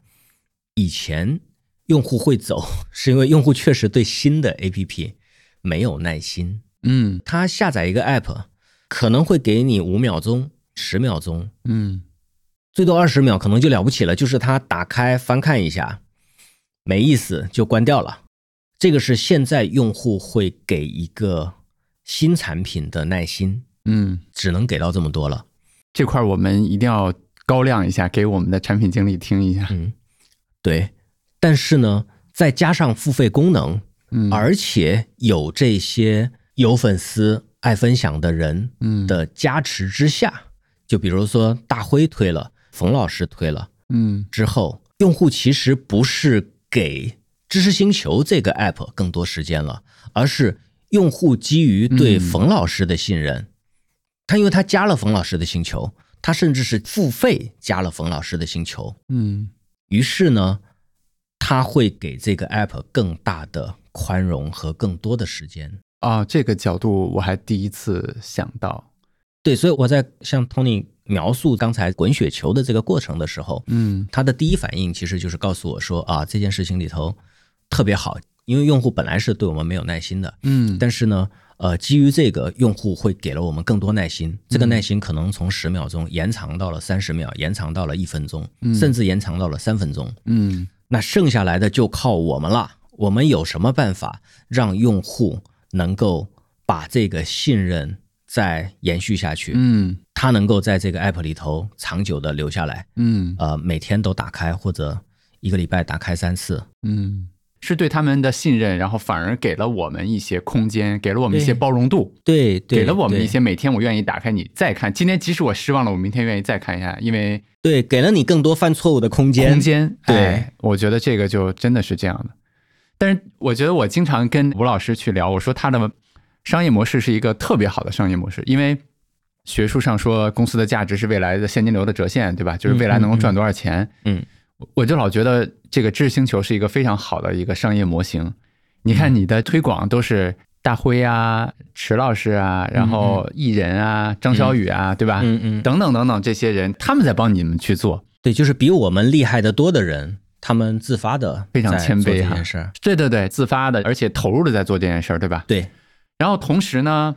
Speaker 2: 以前用户会走， 是因为用户确实对新的 APP 没有耐心。
Speaker 1: 嗯
Speaker 2: 他下载一个 app，可能会给你五秒钟、十秒钟，
Speaker 1: 嗯
Speaker 2: 最多二十秒，可能就了不起了。就是他打开翻看一下，没意思就关掉了。这个是现在用户会给一个新产品的耐心，
Speaker 1: 嗯，
Speaker 2: 只能给到这么多了。
Speaker 1: 这块儿我们一定要高亮一下，给我们的产品经理听一下。
Speaker 2: 嗯，对。但是呢，再加上付费功能，
Speaker 1: 嗯
Speaker 2: 而且有这些有粉丝爱分享的人，
Speaker 1: 嗯
Speaker 2: 的加持之下，就比如说大辉推了，冯老师推了
Speaker 1: 嗯
Speaker 2: 之后，用户其实不是给知识星球这个 app 更多时间了，而是用户基于对
Speaker 1: 嗯
Speaker 2: 冯老师的信任，他因为他加了冯老师的星球，他甚至是付费加了冯老师的星球，
Speaker 1: 嗯
Speaker 2: 于是呢，他会给这个 app 更大的宽容和更多的时间。
Speaker 1: 啊，这个角度我还第一次想到。
Speaker 2: 对，所以我在向 Tony 描述刚才滚雪球的这个过程的时候，
Speaker 1: 嗯
Speaker 2: 他的第一反应其实就是告诉我说啊，这件事情里头特别好，因为用户本来是对我们没有耐心的，
Speaker 1: 嗯
Speaker 2: 但是呢，呃，基于这个，用户会给了我们更多耐心，这个耐心可能从十秒钟延长到了三十秒，延长到了一分钟，甚至延长到了三分钟。
Speaker 1: 嗯
Speaker 2: 那剩下来的就靠我们了。我们有什么办法让用户能够把这个信任再延续下去？
Speaker 1: 嗯
Speaker 2: 他能够在这个 app 里头长久的留下来，
Speaker 1: 嗯
Speaker 2: 呃，每天都打开或者一个礼拜打开三次。
Speaker 1: 嗯，是对他们的信任，然后反而给了我们一些空间，给了我们一些
Speaker 2: 对
Speaker 1: 包容度。
Speaker 2: 对，对
Speaker 1: 给了我们
Speaker 2: 对
Speaker 1: 一些每天我愿意打开你再看，今天即使我失望了，我明天愿意再看一下，因为
Speaker 2: 对，给了你更多犯错误的空间。
Speaker 1: 空间。
Speaker 2: 对
Speaker 1: 哎我觉得这个就真的是这样的。但是我觉得我经常跟吴老师去聊，我说他的商业模式是一个特别好的商业模式，因为学术上说公司的价值是未来的现金流的折现，对吧？就是未来能够赚多少钱。
Speaker 2: 嗯，
Speaker 1: 我我就老觉得这个知识星球是一个非常好的一个商业模型。你看你的推广都是大辉啊、池老师啊，然后艺人啊、张小雨啊，对吧？
Speaker 2: 嗯嗯，
Speaker 1: 等等等等，这些人他们在帮你们去做，
Speaker 2: 对，就是比我们厉害得多的人，他们自发的
Speaker 1: 非常谦卑
Speaker 2: 这
Speaker 1: 哈
Speaker 2: 件事儿。
Speaker 1: 对对对，自发的，而且投入的在做这件事儿，对吧？
Speaker 2: 对
Speaker 1: 然后同时呢，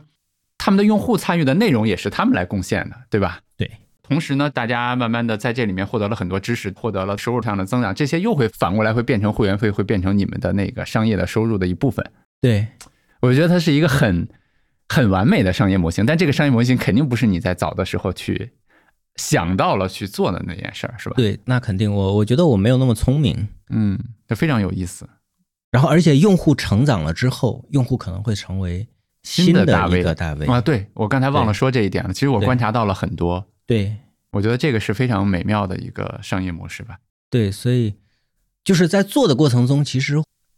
Speaker 1: 他们的用户参与的内容也是他们来贡献的，对吧？
Speaker 2: 对，
Speaker 1: 同时呢，大家慢慢的在这里面获得了很多知识，获得了收入上的增长，这些又会反过来会变成会员费，会变成你们的那个商业的收入的一部分。
Speaker 2: 对
Speaker 1: 我觉得它是一个很很完美的商业模型，但这个商业模型肯定不是你在早的时候去想到了去做的那件事儿，是吧？，
Speaker 2: 对，那肯定我我觉得我没有那么聪明。
Speaker 1: 嗯，这非常有意思。
Speaker 2: 然后，而且用户成长了之后，用户可能会成为新
Speaker 1: 的大 V
Speaker 2: 一个大 V。
Speaker 1: 啊，对我刚才忘了说这一点了。其实我
Speaker 2: 对
Speaker 1: 观察到了很多，
Speaker 2: 对
Speaker 1: 我觉得这个是非常美妙的一个商业模式吧。
Speaker 2: 对，所以就是在做的过程中，其实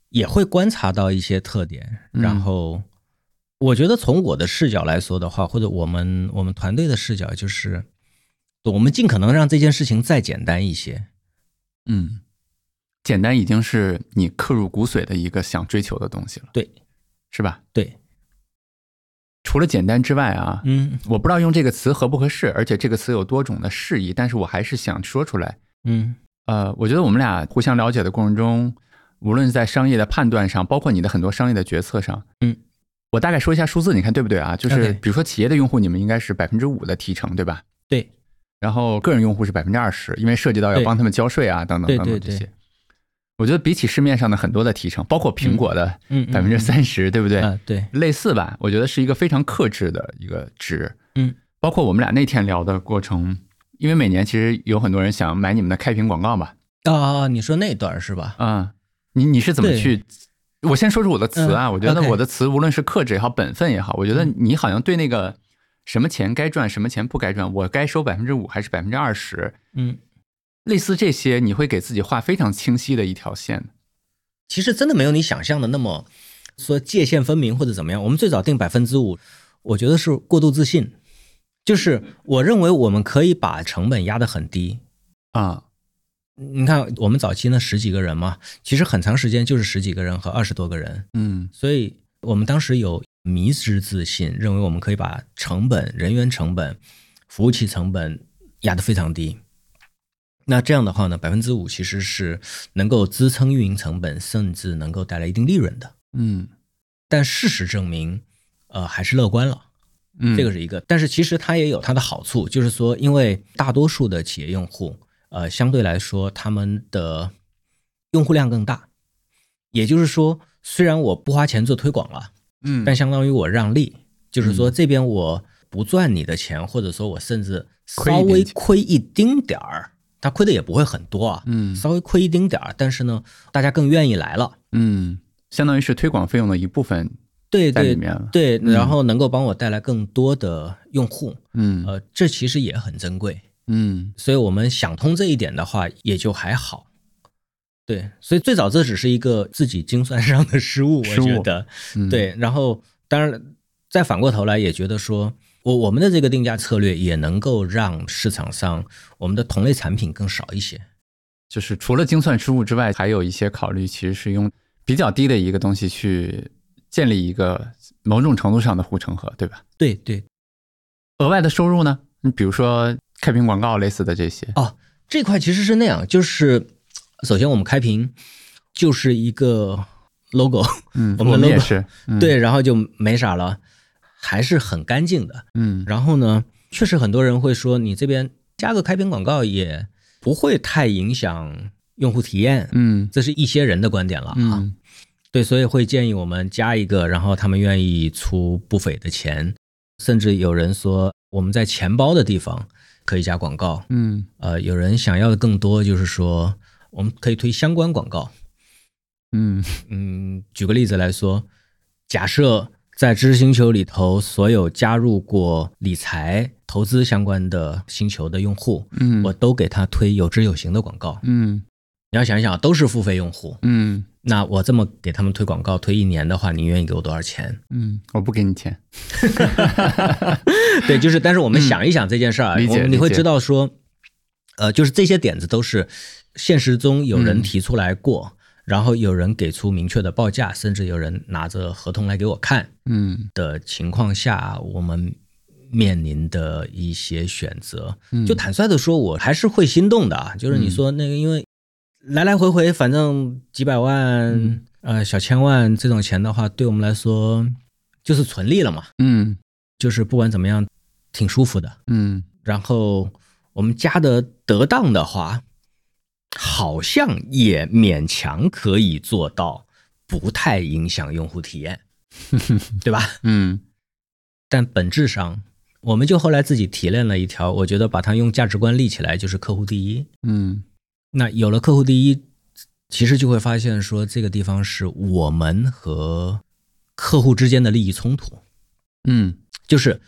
Speaker 2: 也会观察到一些特点，
Speaker 1: 嗯
Speaker 2: 然后我觉得从我的视角来说的话，或者我们我们团队的视角，就是我们尽可能让这件事情再简单一些。
Speaker 1: 嗯，简单已经是你刻入骨髓的一个想追求的东西了，
Speaker 2: 对
Speaker 1: 是吧？
Speaker 2: 对，
Speaker 1: 除了简单之外啊，
Speaker 2: 嗯
Speaker 1: 我不知道用这个词合不合适，而且这个词有多种的释义，但是我还是想说出来。
Speaker 2: 嗯
Speaker 1: 呃，我觉得我们俩互相了解的过程中，无论是在商业的判断上，包括你的很多商业的决策上，
Speaker 2: 嗯，
Speaker 1: 我大概说一下数字，你看对不对啊？就是
Speaker 2: OK
Speaker 1: 比如说企业的用户，你们应该是百分之五的提成，对吧？
Speaker 2: 对。
Speaker 1: 然后个人用户是百分之二十，因为涉及到要
Speaker 2: 对
Speaker 1: 帮他们交税啊，等等
Speaker 2: 对
Speaker 1: 等等
Speaker 2: 对
Speaker 1: 这
Speaker 2: 对
Speaker 1: 些。我觉得比起市面上的很多的提成，包括苹果的
Speaker 2: 嗯，
Speaker 1: 百分之三十，对不对？
Speaker 2: 啊，对，
Speaker 1: 类似吧，我觉得是一个非常克制的一个值。
Speaker 2: 嗯，
Speaker 1: 包括我们俩那天聊的过程，因为每年其实有很多人想买你们的开屏广告嘛，
Speaker 2: 啊，你说那段儿是吧？
Speaker 1: 啊，你你是怎么
Speaker 2: 嗯对
Speaker 1: 去？我先说出我的词啊，
Speaker 2: 嗯
Speaker 1: 我觉得
Speaker 2: OK 嗯
Speaker 1: 我的词无论是克制也好，本分也好，我觉得你好像对那个什么钱该赚，什么钱不该赚，我该收百分之五还是百分之二十，
Speaker 2: 嗯，
Speaker 1: 类似这些，你会给自己画非常清晰的一条线。
Speaker 2: 其实真的没有你想象的那么说界限分明或者怎么样。我们最早定百分之五，我觉得是过度自信，就是我认为我们可以把成本压得很低。
Speaker 1: 啊，
Speaker 2: 你看，我们早期那十几个人嘛，其实很长时间就是十几个人和二十多个人，
Speaker 1: 嗯
Speaker 2: 所以我们当时有迷之自信，认为我们可以把成本、人员成本、服务器成本压得非常低。那这样的话呢，百分之五其实是能够支撑运营成本，甚至能够带来一定利润的。
Speaker 1: 嗯
Speaker 2: 但事实证明，呃，还是乐观了，
Speaker 1: 嗯，
Speaker 2: 这个是一个。但是其实它也有它的好处，就是说，因为大多数的企业用户，呃，相对来说他们的用户量更大，也就是说，虽然我不花钱做推广了，
Speaker 1: 嗯
Speaker 2: 但相当于我让利，就是说
Speaker 1: 嗯
Speaker 2: 这边我不赚你的钱，或者说我甚至
Speaker 1: 亏一
Speaker 2: 稍
Speaker 1: 点
Speaker 2: 微
Speaker 1: 钱
Speaker 2: 亏一丁点儿，他亏的也不会很多啊，
Speaker 1: 嗯
Speaker 2: 稍微亏一丁点儿，但是呢，大家更愿意来了。
Speaker 1: 嗯，相当于是推广费用的一部分
Speaker 2: 对
Speaker 1: 在
Speaker 2: 对
Speaker 1: 里面了。
Speaker 2: 对，
Speaker 1: 嗯
Speaker 2: 然后能够帮我带来更多的用户，
Speaker 1: 嗯
Speaker 2: 呃，这其实也很珍贵。
Speaker 1: 嗯
Speaker 2: 所以我们想通这一点的话，也就还好。对，所以最早这只是一个自己精算上的失误，我
Speaker 1: 失误
Speaker 2: 觉得。
Speaker 1: 嗯，
Speaker 2: 对，然后当然再反过头来也觉得说，我我们的这个定价策略也能够让市场上我们的同类产品更少一些。
Speaker 1: 就是除了精算失误之外，还有一些考虑，其实是用比较低的一个东西去建立一个某种程度上的护城河，对吧？
Speaker 2: 对对，
Speaker 1: 额外的收入呢？你比如说开屏广告类似的这些，
Speaker 2: 这块其实是那样，就是首先我们开屏就是一个 logo，、
Speaker 1: 嗯，
Speaker 2: 我们的
Speaker 1: 也
Speaker 2: logo
Speaker 1: 是，嗯，
Speaker 2: 对，然后就没啥了，还是很干净的。
Speaker 1: 嗯
Speaker 2: 然后呢，确实很多人会说，你这边加个开屏广告也不会太影响用户体验，
Speaker 1: 嗯
Speaker 2: 这是一些人的观点了啊。
Speaker 1: 嗯
Speaker 2: 对，所以会建议我们加一个，然后他们愿意出不菲的钱，甚至有人说我们在钱包的地方可以加广告。
Speaker 1: 嗯
Speaker 2: 呃，有人想要的更多，就是说我们可以推相关广告。
Speaker 1: 嗯
Speaker 2: 嗯，举个例子来说，假设在知识星球里头，所有加入过理财、投资相关的星球的用户，
Speaker 1: 嗯，
Speaker 2: 我都给他推有知有行的广告。
Speaker 1: 嗯
Speaker 2: 你要想一想，都是付费用户，
Speaker 1: 嗯
Speaker 2: 那我这么给他们推广告，推一年的话，你愿意给我多少钱？
Speaker 1: 嗯，我不给你钱，
Speaker 2: 对，就是，但是我们想一想这件事儿，啊
Speaker 1: 嗯理解
Speaker 2: 我你会
Speaker 1: 理解
Speaker 2: 知道说，呃，就是这些点子都是现实中有人
Speaker 1: 嗯
Speaker 2: 提出来过，然后有人给出明确的报价，甚至有人拿着合同来给我看
Speaker 1: 嗯
Speaker 2: 的呃情况下，啊我们面临的一些选择。
Speaker 1: 嗯，
Speaker 2: 就坦率的说，我还是会心动的啊。就是你说那个，因为来来回回，反正几百万、
Speaker 1: 嗯
Speaker 2: 呃小千万这种钱的话，对我们来说就是纯利了嘛。
Speaker 1: 嗯
Speaker 2: 就是不管怎么样，挺舒服的。
Speaker 1: 嗯
Speaker 2: 然后我们加的得当的话，好像也勉强可以做到，不太影响用户体 验，对吧？
Speaker 1: 嗯
Speaker 2: 但本质上，我们就后来自己提炼了一条，我觉得把它用价值观立起来，就是客户第一。
Speaker 1: 嗯
Speaker 2: 那有了客户第一，其实就会发现说，这个地方是我们和客户之间的利益冲突。
Speaker 1: 嗯
Speaker 2: 就是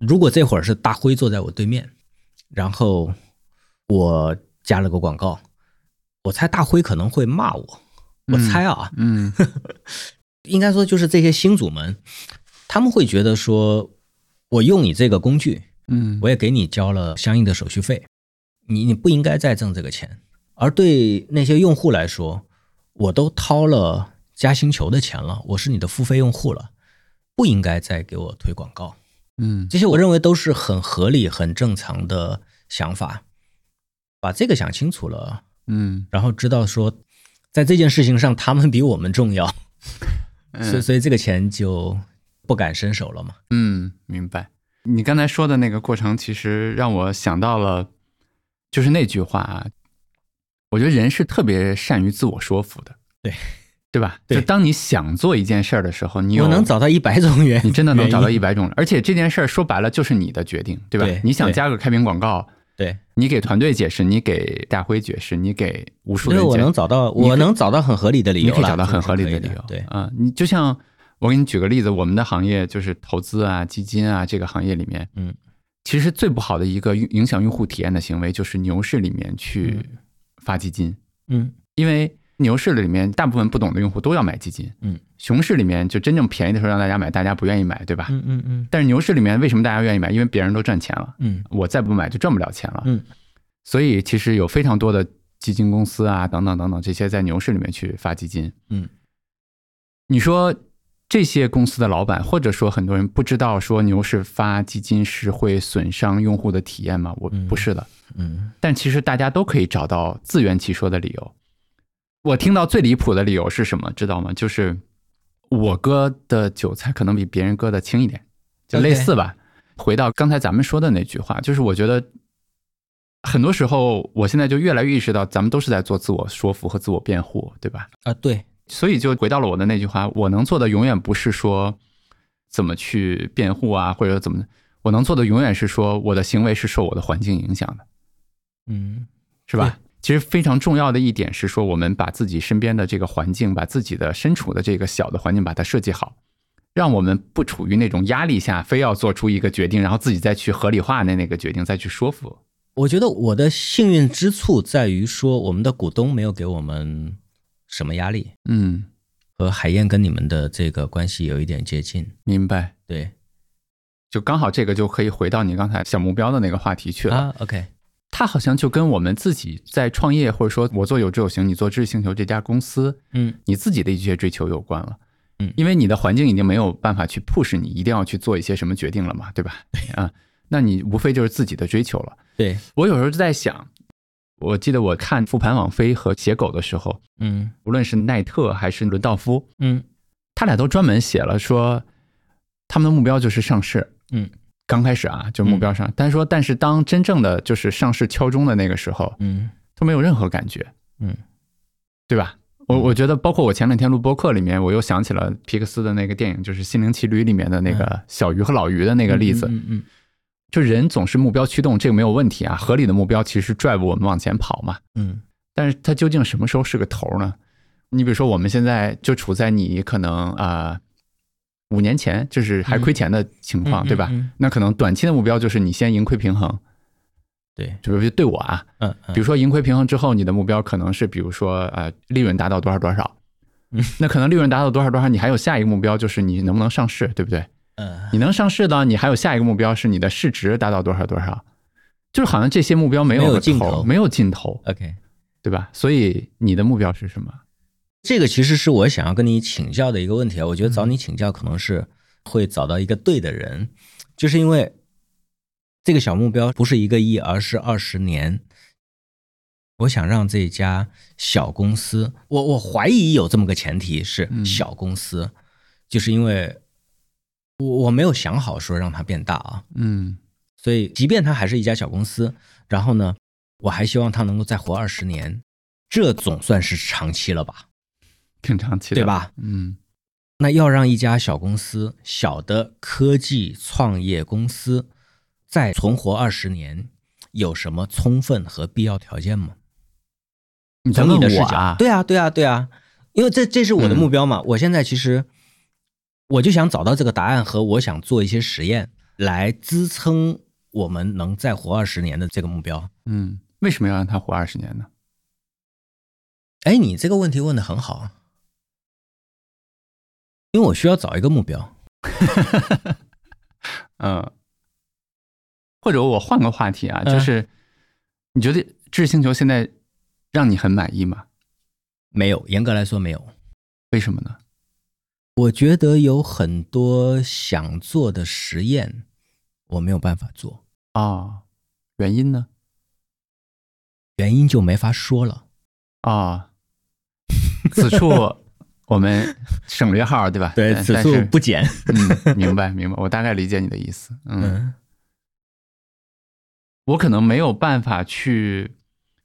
Speaker 2: 如果这会儿是大辉坐在我对面，然后我加了个广告，我猜大辉可能会骂我，我猜啊，
Speaker 1: 嗯
Speaker 2: 应该说就是这些新主们，他们会觉得说，我用你这个工具，
Speaker 1: 嗯
Speaker 2: 我也给你交了相应的手续费，你你不应该再挣这个钱。而对那些用户来说，我都掏了加星球的钱了，我是你的付费用户了，不应该再给我推广告。
Speaker 1: 嗯
Speaker 2: 这些我认为都是很合理、很正常的想法。把这个想清楚了，
Speaker 1: 嗯，
Speaker 2: 然后知道说，在这件事情上他们比我们重要，所以所以这个钱就不敢伸手了嘛。
Speaker 1: 嗯，明白。你刚才说的那个过程，其实让我想到了，就是那句话啊，我觉得人是特别善于自我说服的，
Speaker 2: 对
Speaker 1: 对吧？
Speaker 2: 对
Speaker 1: 就当你想做一件事儿的时候，你有
Speaker 2: 我能找到一百种原因，
Speaker 1: 你真的能找到
Speaker 2: 原因
Speaker 1: 一百种，而且这件事儿说白了就是你的决定，对吧？
Speaker 2: 对
Speaker 1: 你想
Speaker 2: 对
Speaker 1: 加个开屏广告，
Speaker 2: 对，
Speaker 1: 你给团队解释，你给大辉解释，你给无数
Speaker 2: 因
Speaker 1: 人
Speaker 2: 为
Speaker 1: 解
Speaker 2: 我
Speaker 1: 释，
Speaker 2: 能找到，
Speaker 1: 你可以
Speaker 2: 我能找到很合理的理由
Speaker 1: 你
Speaker 2: 啦，
Speaker 1: 可以找到
Speaker 2: 这个
Speaker 1: 很
Speaker 2: 是
Speaker 1: 合理
Speaker 2: 可以
Speaker 1: 的
Speaker 2: 的
Speaker 1: 理由。
Speaker 2: 对，
Speaker 1: 啊，你就像我给你举个例子，我们的行业就是投资啊、基金啊这个行业里面，
Speaker 2: 嗯，
Speaker 1: 其实最不好的一个影影响用户体验的行为就是牛市里面去发基金，
Speaker 2: 嗯
Speaker 1: 因为牛市里面大部分不懂的用户都要买基金，
Speaker 2: 嗯，
Speaker 1: 熊市里面就真正便宜的时候让大家买，大家不愿意买，对吧？
Speaker 2: 嗯嗯嗯
Speaker 1: 但是牛市里面为什么大家愿意买？因为别人都赚钱了。
Speaker 2: 嗯
Speaker 1: 我再不买就赚不了钱了。
Speaker 2: 嗯，
Speaker 1: 所以其实有非常多的基金公司啊，等等等等，这些在牛市里面去发基金。
Speaker 2: 嗯，
Speaker 1: 你说这些公司的老板，或者说很多人不知道说牛市发基金是会损伤用户的体验吗？我
Speaker 2: 嗯
Speaker 1: 不是的，
Speaker 2: 嗯
Speaker 1: 但其实大家都可以找到自圆其说的理由。我听到最离谱的理由是什么？知道吗？就是我割的韭菜可能比别人割的轻一点，就类似吧。回到刚才咱们说的那句话，就是我觉得很多时候，我现在就越来越意识到，咱们都是在做自我说服和自我辩护，对吧？
Speaker 2: 啊，对，
Speaker 1: 所以就回到了我的那句话，我能做的永远不是说怎么去辩护啊，或者怎么，我能做的永远是说我的行为是受我的环境影响的。
Speaker 2: 嗯
Speaker 1: 是吧？其实非常重要的一点是说，我们把自己身边的这个环境，把自己的身处的这个小的环境，把它设计好，让我们不处于那种压力下，非要做出一个决定，然后自己再去合理化那那个决定，再去说服。
Speaker 2: 我觉得我的幸运之处在于说，我们的股东没有给我们什么压力，
Speaker 1: 嗯，
Speaker 2: 和海燕跟你们的这个关系有一点接近。
Speaker 1: 明白。
Speaker 2: 对
Speaker 1: 就刚好这个就可以回到你刚才小目标的那个话题去了。
Speaker 2: 啊，OK，
Speaker 1: 它好像就跟我们自己在创业，或者说我做有志有行，你做知识星球这家公司，
Speaker 2: 嗯
Speaker 1: 你自己的一些追求有关了。
Speaker 2: 嗯
Speaker 1: 因为你的环境已经没有办法去 push 你一定要去做一些什么决定了嘛，对吧？ 啊，那你无非就是自己的追求了。
Speaker 2: 对，
Speaker 1: 我有时候就在想，我记得我看复盘网飞和写狗的时候，
Speaker 2: 嗯
Speaker 1: 无论是奈特还是伦道夫，
Speaker 2: 嗯
Speaker 1: 他俩都专门写了说，他们的目标就是上市。
Speaker 2: 嗯，
Speaker 1: 刚开始啊，就目标上，但是说，但是当真正的就是上市敲钟的那个时候，
Speaker 2: 嗯
Speaker 1: 都没有任何感觉。
Speaker 2: 嗯
Speaker 1: 对吧？我
Speaker 2: 嗯
Speaker 1: 我觉得，包括我前两天录播客里面，我又想起了皮克斯的那个电影，就是《心灵奇旅》里面的那个小鱼和老鱼的那
Speaker 2: 这
Speaker 1: 个例子。
Speaker 2: 嗯嗯
Speaker 1: 就人总是目标驱动，这个没有问题啊，合理的目标其实 drive 我们往前跑嘛。
Speaker 2: 嗯
Speaker 1: 但是它究竟什么时候是个头呢？你比如说，我们现在就处在你可能啊五、年前就是还亏钱的情
Speaker 2: 嗯
Speaker 1: 况，对吧？？
Speaker 2: 嗯
Speaker 1: 那可能短期的目标就是你先盈亏平衡，
Speaker 2: 对，
Speaker 1: 就比如对我啊，
Speaker 2: 嗯嗯
Speaker 1: 比如说盈亏平衡之后，你的目标可能是，比如说呃，利润达到多少多少
Speaker 2: 嗯。
Speaker 1: 那可能利润达到多少多少，你还有下一个目标就是你能不能上市，对不对？
Speaker 2: 嗯
Speaker 1: 你能上市呢，你还有下一个目标是你的市值达到多少多少，就是好像这些目标没有
Speaker 2: 没有
Speaker 1: 个
Speaker 2: 尽
Speaker 1: 头
Speaker 2: 头
Speaker 1: 没有尽头，
Speaker 2: ，OK。
Speaker 1: 对吧？所以你的目标是什么？
Speaker 2: 这个其实是我想要跟你请教的一个问题啊。我觉得找
Speaker 1: 嗯
Speaker 2: 你请教可能是会找到一个对的人，就是因为这个小目标不是一个亿，而是二十年。我想让这家小公司，我我怀疑有这么个前提是
Speaker 1: 嗯
Speaker 2: 小公司，就是因为我我没有想好说让它变大啊，
Speaker 1: 嗯
Speaker 2: 所以即便它还是一家小公司，然后呢，我还希望它能够再活二十年，这总算是长期了吧，
Speaker 1: 挺长期的，
Speaker 2: 对？吧？
Speaker 1: 嗯
Speaker 2: 那要让一家小公司、小的科技创业公司再存活二十年，有什么充分和必要条件吗？
Speaker 1: 你在
Speaker 2: 从你
Speaker 1: 问
Speaker 2: 的视
Speaker 1: 我
Speaker 2: 角，
Speaker 1: 啊？
Speaker 2: 对啊，对啊，对啊，因为这这是我的目标嘛。我现在其实我就想找到这个答案，和我想做一些实验来支撑我们能再活二十年的这个目标。
Speaker 1: 嗯，为什么要让他活二十年呢？
Speaker 2: 哎，你这个问题问的很好，因为我需要找一个目标。
Speaker 1: 嗯，或者我换个话题啊，就
Speaker 2: 嗯
Speaker 1: 是你觉得《致星球》现在让你很满意吗？
Speaker 2: 没有，严格来说没有。
Speaker 1: 为什么呢？
Speaker 2: 我觉得有很多想做的实验，我没有办法做，
Speaker 1: 哦，原因呢？
Speaker 2: 原因就没法说了。
Speaker 1: 哦，此处我们省略号对吧？但
Speaker 2: 此
Speaker 1: 但
Speaker 2: 处
Speaker 1: 是
Speaker 2: 不减。
Speaker 1: 嗯，明白明白，我大概理解你的意思。嗯，
Speaker 2: 嗯
Speaker 1: 我可能没有办法去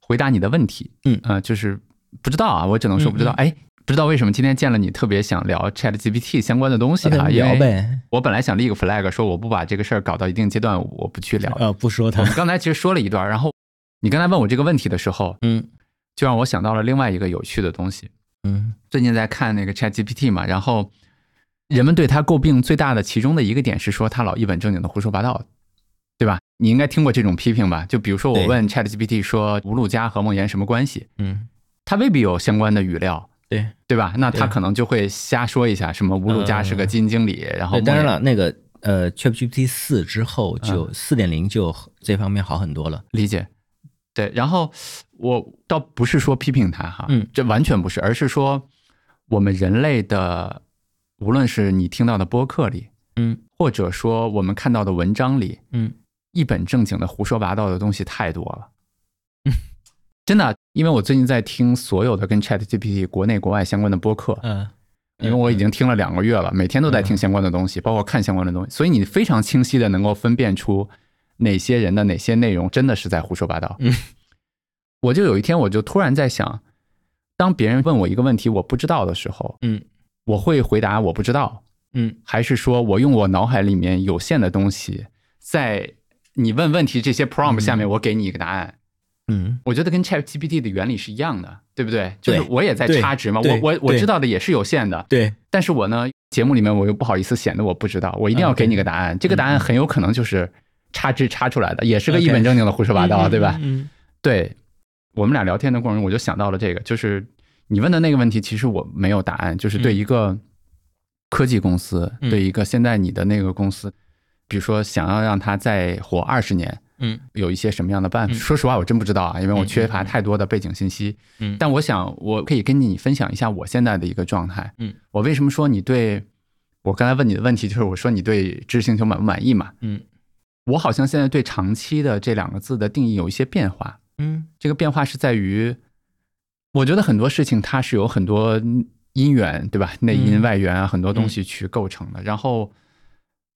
Speaker 1: 回答你的问题。
Speaker 2: 嗯
Speaker 1: 呃，就是不知道啊，我只能说不知道。
Speaker 2: 嗯嗯
Speaker 1: 哎，不知道为什么今天见了你，特别想聊 Chat GPT 相关的东西啊，
Speaker 2: ，OK，
Speaker 1: 因
Speaker 2: 哦聊
Speaker 1: 为
Speaker 2: 呗，
Speaker 1: 我本来想立个 flag，说我不把这个事儿搞到一定阶段，我不去 聊。
Speaker 2: 呃，不说
Speaker 1: 我
Speaker 2: 他
Speaker 1: 们。刚才其实说了一段，然后你刚才问我这个问题的时候，
Speaker 2: 嗯
Speaker 1: 就让我想到了另外一个有趣的东西。
Speaker 2: 嗯
Speaker 1: 最近在看那个 Chat GPT 嘛，然后人们对他诟病最大的其中的一个点是说他老一本正经的胡说八道，对吧？你应该听过这种批评吧？就比如说我
Speaker 2: 对
Speaker 1: 问 Chat GPT 说吴路佳和孟岩什么关系，
Speaker 2: 嗯，
Speaker 1: 他未必有相关的语料，
Speaker 2: 对
Speaker 1: 对吧？那他
Speaker 2: 对嗯
Speaker 1: 可能就会瞎说一下，什么吴路佳是个基金经理，然后
Speaker 2: 对，当然
Speaker 1: 孟岩，
Speaker 2: 了，那个呃，ChatGPT 四之后
Speaker 1: 嗯
Speaker 2: 就四点零就这方面好很多了。
Speaker 1: 理解。对，然后我倒不是说批评他哈，
Speaker 2: 嗯，
Speaker 1: 这完全不是，而是说我们人类的，无论是你听到的播客里，
Speaker 2: 嗯
Speaker 1: 或者说我们看到的文章里，
Speaker 2: 嗯
Speaker 1: 一本正经的胡说八道的东西太多了。 真的，因为我最近在听所有的跟 Chat GPT 国内国外相关的播客，
Speaker 2: 嗯
Speaker 1: 因为我已经听了两个月了，每天都在听相关的东西，包括看相关的东西，所以你非常清晰的能够分辨出哪些人的哪些内容真的是在胡说八道。
Speaker 2: 嗯，
Speaker 1: 我就有一天我就突然在想，当别人问我一个问题我不知道的时候，
Speaker 2: 嗯
Speaker 1: 我会回答我不知道，
Speaker 2: 嗯
Speaker 1: 还是说我用我脑海里面有限的东西，在你问问题这些 prompt 下面，我给你一个答案。
Speaker 2: 嗯，
Speaker 1: 我觉得跟 Chat GPT 的原理是一样的，对不对？就是
Speaker 2: 对
Speaker 1: 我也在
Speaker 2: 对
Speaker 1: 插值嘛，
Speaker 2: 对
Speaker 1: 我我我
Speaker 2: 对
Speaker 1: 知道的也是有限的，
Speaker 2: 对，
Speaker 1: 但是我呢，节目里面我又不好意思显得我不知道，我一定要给你个答案。这个答案很有可能就是插值插出来的，也是个
Speaker 2: 嗯 OK
Speaker 1: 一本正经的胡说八道，对吧？
Speaker 2: 嗯
Speaker 1: 对，我们俩聊天的过程中，我就想到了这个，就是你问的那个问题，其实我没有答案，就是对一个科技公司，
Speaker 2: 嗯
Speaker 1: 对一个现在你的那个公司，比如说想要让它再活二十年，
Speaker 2: 嗯
Speaker 1: 有一些什么样的办法？
Speaker 2: 嗯
Speaker 1: 说实话，我真不知道啊，因为我
Speaker 2: 嗯
Speaker 1: 缺乏太多的背景信息。
Speaker 2: 嗯
Speaker 1: 但我想，我可以跟你分享一下我现在的一个状态。
Speaker 2: 嗯，
Speaker 1: 我为什么说你对我刚才问你的问题，就是我说你对知识星球满不满意嘛？
Speaker 2: 嗯
Speaker 1: 我好像现在对“长期”的这两个字的定义有一些变化。
Speaker 2: 嗯
Speaker 1: 这个变化是在于，我觉得很多事情它是有很多因缘，对吧？内因
Speaker 2: 嗯
Speaker 1: 外缘啊，很多东西去构成的。然后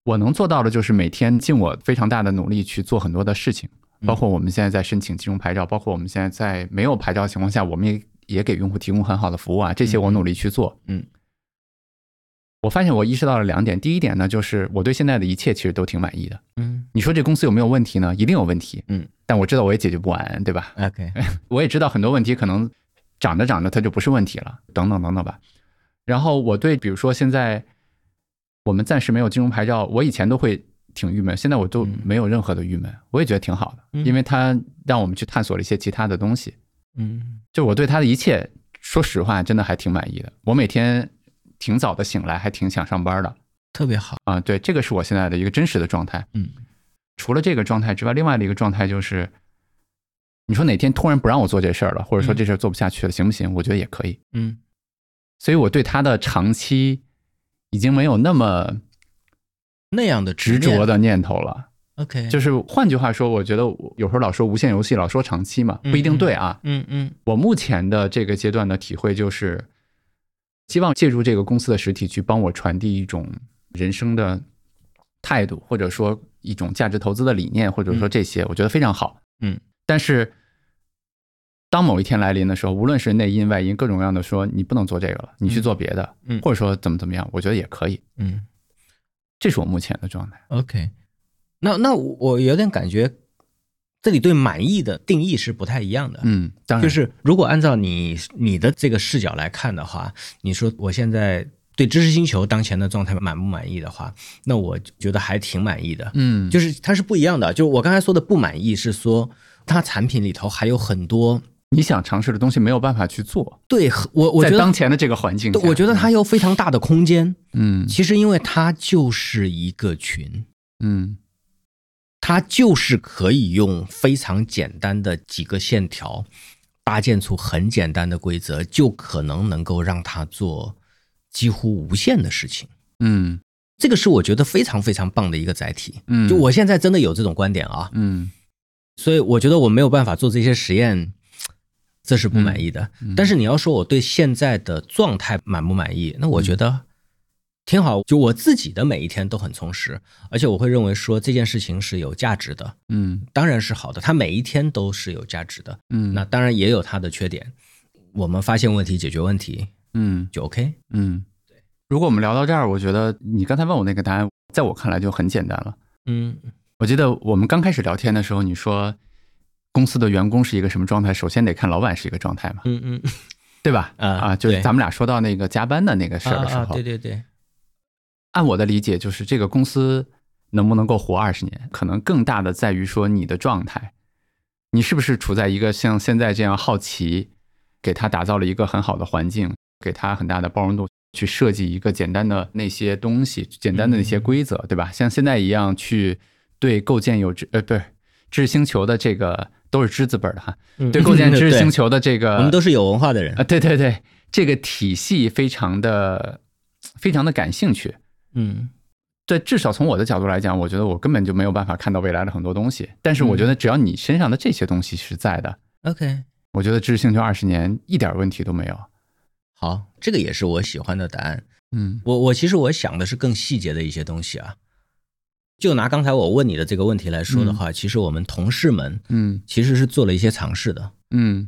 Speaker 1: 我能做到的就是每天尽我非常大的努力去做很多的事情，
Speaker 2: 嗯
Speaker 1: 包括我们现在在申请金融牌照，包括我们现在在没有牌照的情况下，我们也也给用户提供很好的服务啊，这些我努力去做。
Speaker 2: 嗯，
Speaker 1: 我发现我意识到了两点，第一点呢，就是我对现在的一切其实都挺满意的。
Speaker 2: 嗯
Speaker 1: 你说这公司有没有问题呢？一定有问题。
Speaker 2: 嗯，
Speaker 1: 但我知道我也解决不完，对吧？
Speaker 2: ，OK，
Speaker 1: 我也知道很多问题可能长着长着它就不是问题了，等等等等吧。然后我对比如说现在我们暂时没有金融牌照，我以前都会挺郁闷，现在我都
Speaker 2: 嗯
Speaker 1: 没有任何的郁闷，我也觉得挺好的，
Speaker 2: 嗯
Speaker 1: 因为它让我们去探索了一些其他的东西。
Speaker 2: 嗯
Speaker 1: 就我对它的一切，说实话真的还挺满意的。我每天挺早的醒来，还挺想上班的
Speaker 2: 特别好，
Speaker 1: 啊。对，这个是我现在的一个真实的状态。
Speaker 2: 嗯
Speaker 1: 除了这个状态之外，另外的一个状态就是，你说哪天突然不让我做这事儿了，或者说
Speaker 2: 嗯
Speaker 1: 这事儿做不下去了，行不行？我觉得也可以。
Speaker 2: 嗯
Speaker 1: 所以我对他的长期已经没有那么
Speaker 2: 那样的
Speaker 1: 执着的念头了。
Speaker 2: 嗯，OK，
Speaker 1: 就是换句话说，我觉得我有时候老说无限游戏，老说长期嘛，
Speaker 2: 嗯
Speaker 1: 不一定对啊。
Speaker 2: 嗯嗯
Speaker 1: 我目前的这个阶段的体会就是，希望借助这个公司的实体去帮我传递一种人生的态度，或者说一种价值投资的理念，或者说这些，我觉得非常好。
Speaker 2: 嗯，
Speaker 1: 但是当某一天来临的时候，无论是内因外因，各种各样的说你不能做这个了，你去做别的，
Speaker 2: 嗯
Speaker 1: 或者说怎么怎么样，我觉得也可以。
Speaker 2: 嗯。
Speaker 1: 这是我目前的状态。
Speaker 2: OK，那那我我有点感觉，这里对满意的定义是不太一样的。
Speaker 1: 嗯，当然
Speaker 2: 就是如果按照你你的这个视角来看的话，你说我现在对知识星球当前的状态满不满意的话，那我觉得还挺满意的。
Speaker 1: 嗯，
Speaker 2: 就是它是不一样的，就是我刚才说的不满意是说它产品里头还有很多
Speaker 1: 你想尝试的东西没有办法去做，
Speaker 2: 对我我
Speaker 1: 在
Speaker 2: 觉得
Speaker 1: 当前的这个嗯环境下，
Speaker 2: 对我觉得它有非常大的空间。
Speaker 1: 嗯
Speaker 2: 其实因为它就是一个群，
Speaker 1: 嗯
Speaker 2: 它就是可以用非常简单的几个线条搭建出很简单的规则，就可能能够让它做几乎无限的事情。
Speaker 1: 嗯
Speaker 2: 这个是我觉得非常非常棒的一个载体。
Speaker 1: 嗯，
Speaker 2: 就我现在真的有这种观点啊，
Speaker 1: 嗯
Speaker 2: 所以我觉得我没有办法做这些实验，这是不满意的。
Speaker 1: 嗯
Speaker 2: 但是你要说我对现在的状态满不满意，那我觉得挺好。就我自己的每一天都很充实，而且我会认为说这件事情是有价值的，
Speaker 1: 嗯
Speaker 2: 当然是好的。它每一天都是有价值的，
Speaker 1: 嗯
Speaker 2: 那当然也有它的缺点。我们发现问题，解决问题
Speaker 1: 嗯
Speaker 2: 就 OK。
Speaker 1: 嗯，如果我们聊到这儿，我觉得你刚才问我那个答案，在我看来就很简单了。
Speaker 2: 嗯
Speaker 1: 我记得我们刚开始聊天的时候，你说公司的员工是一个什么状态，首先得看老板是一个状态嘛，
Speaker 2: 嗯嗯，
Speaker 1: 对吧？
Speaker 2: 啊
Speaker 1: 就是
Speaker 2: 对
Speaker 1: 咱们俩说到那个加班的那个事儿的时候，
Speaker 2: 啊啊对对对，
Speaker 1: 按我的理解，就是这个公司能不能够活二十年，可能更大的在于说你的状态，你是不是处在一个像现在这样好奇，给他打造了一个很好的环境，给他很大的包容度，去设计一个简单的那些东西，简单的那
Speaker 2: 嗯
Speaker 1: 些规则，对吧？像现在一样去对构建有知呃，不是知识星球的这个都是知字辈儿的 哈，
Speaker 2: 嗯
Speaker 1: 对构建知识星，
Speaker 2: 对
Speaker 1: 球啊的这个，
Speaker 2: 我们都是有文化的人
Speaker 1: 啊，。对对对，这个体系非常的非常的感兴趣。
Speaker 2: 嗯
Speaker 1: 对，至少从我的角度来讲，我觉得我根本就没有办法看到未来的很多东西。但是我觉得只要你身上的这些东西是在的，
Speaker 2: ，OK。
Speaker 1: 我觉得知识星球二十年一点问题都没有。
Speaker 2: 好，这个也是我喜欢的答案。
Speaker 1: 嗯
Speaker 2: 我我其实我想的是更细节的一些东西啊。就拿刚才我问你的这个问题来说的话，其实我们同事们
Speaker 1: 嗯
Speaker 2: 其实是做了一些尝试的，
Speaker 1: 嗯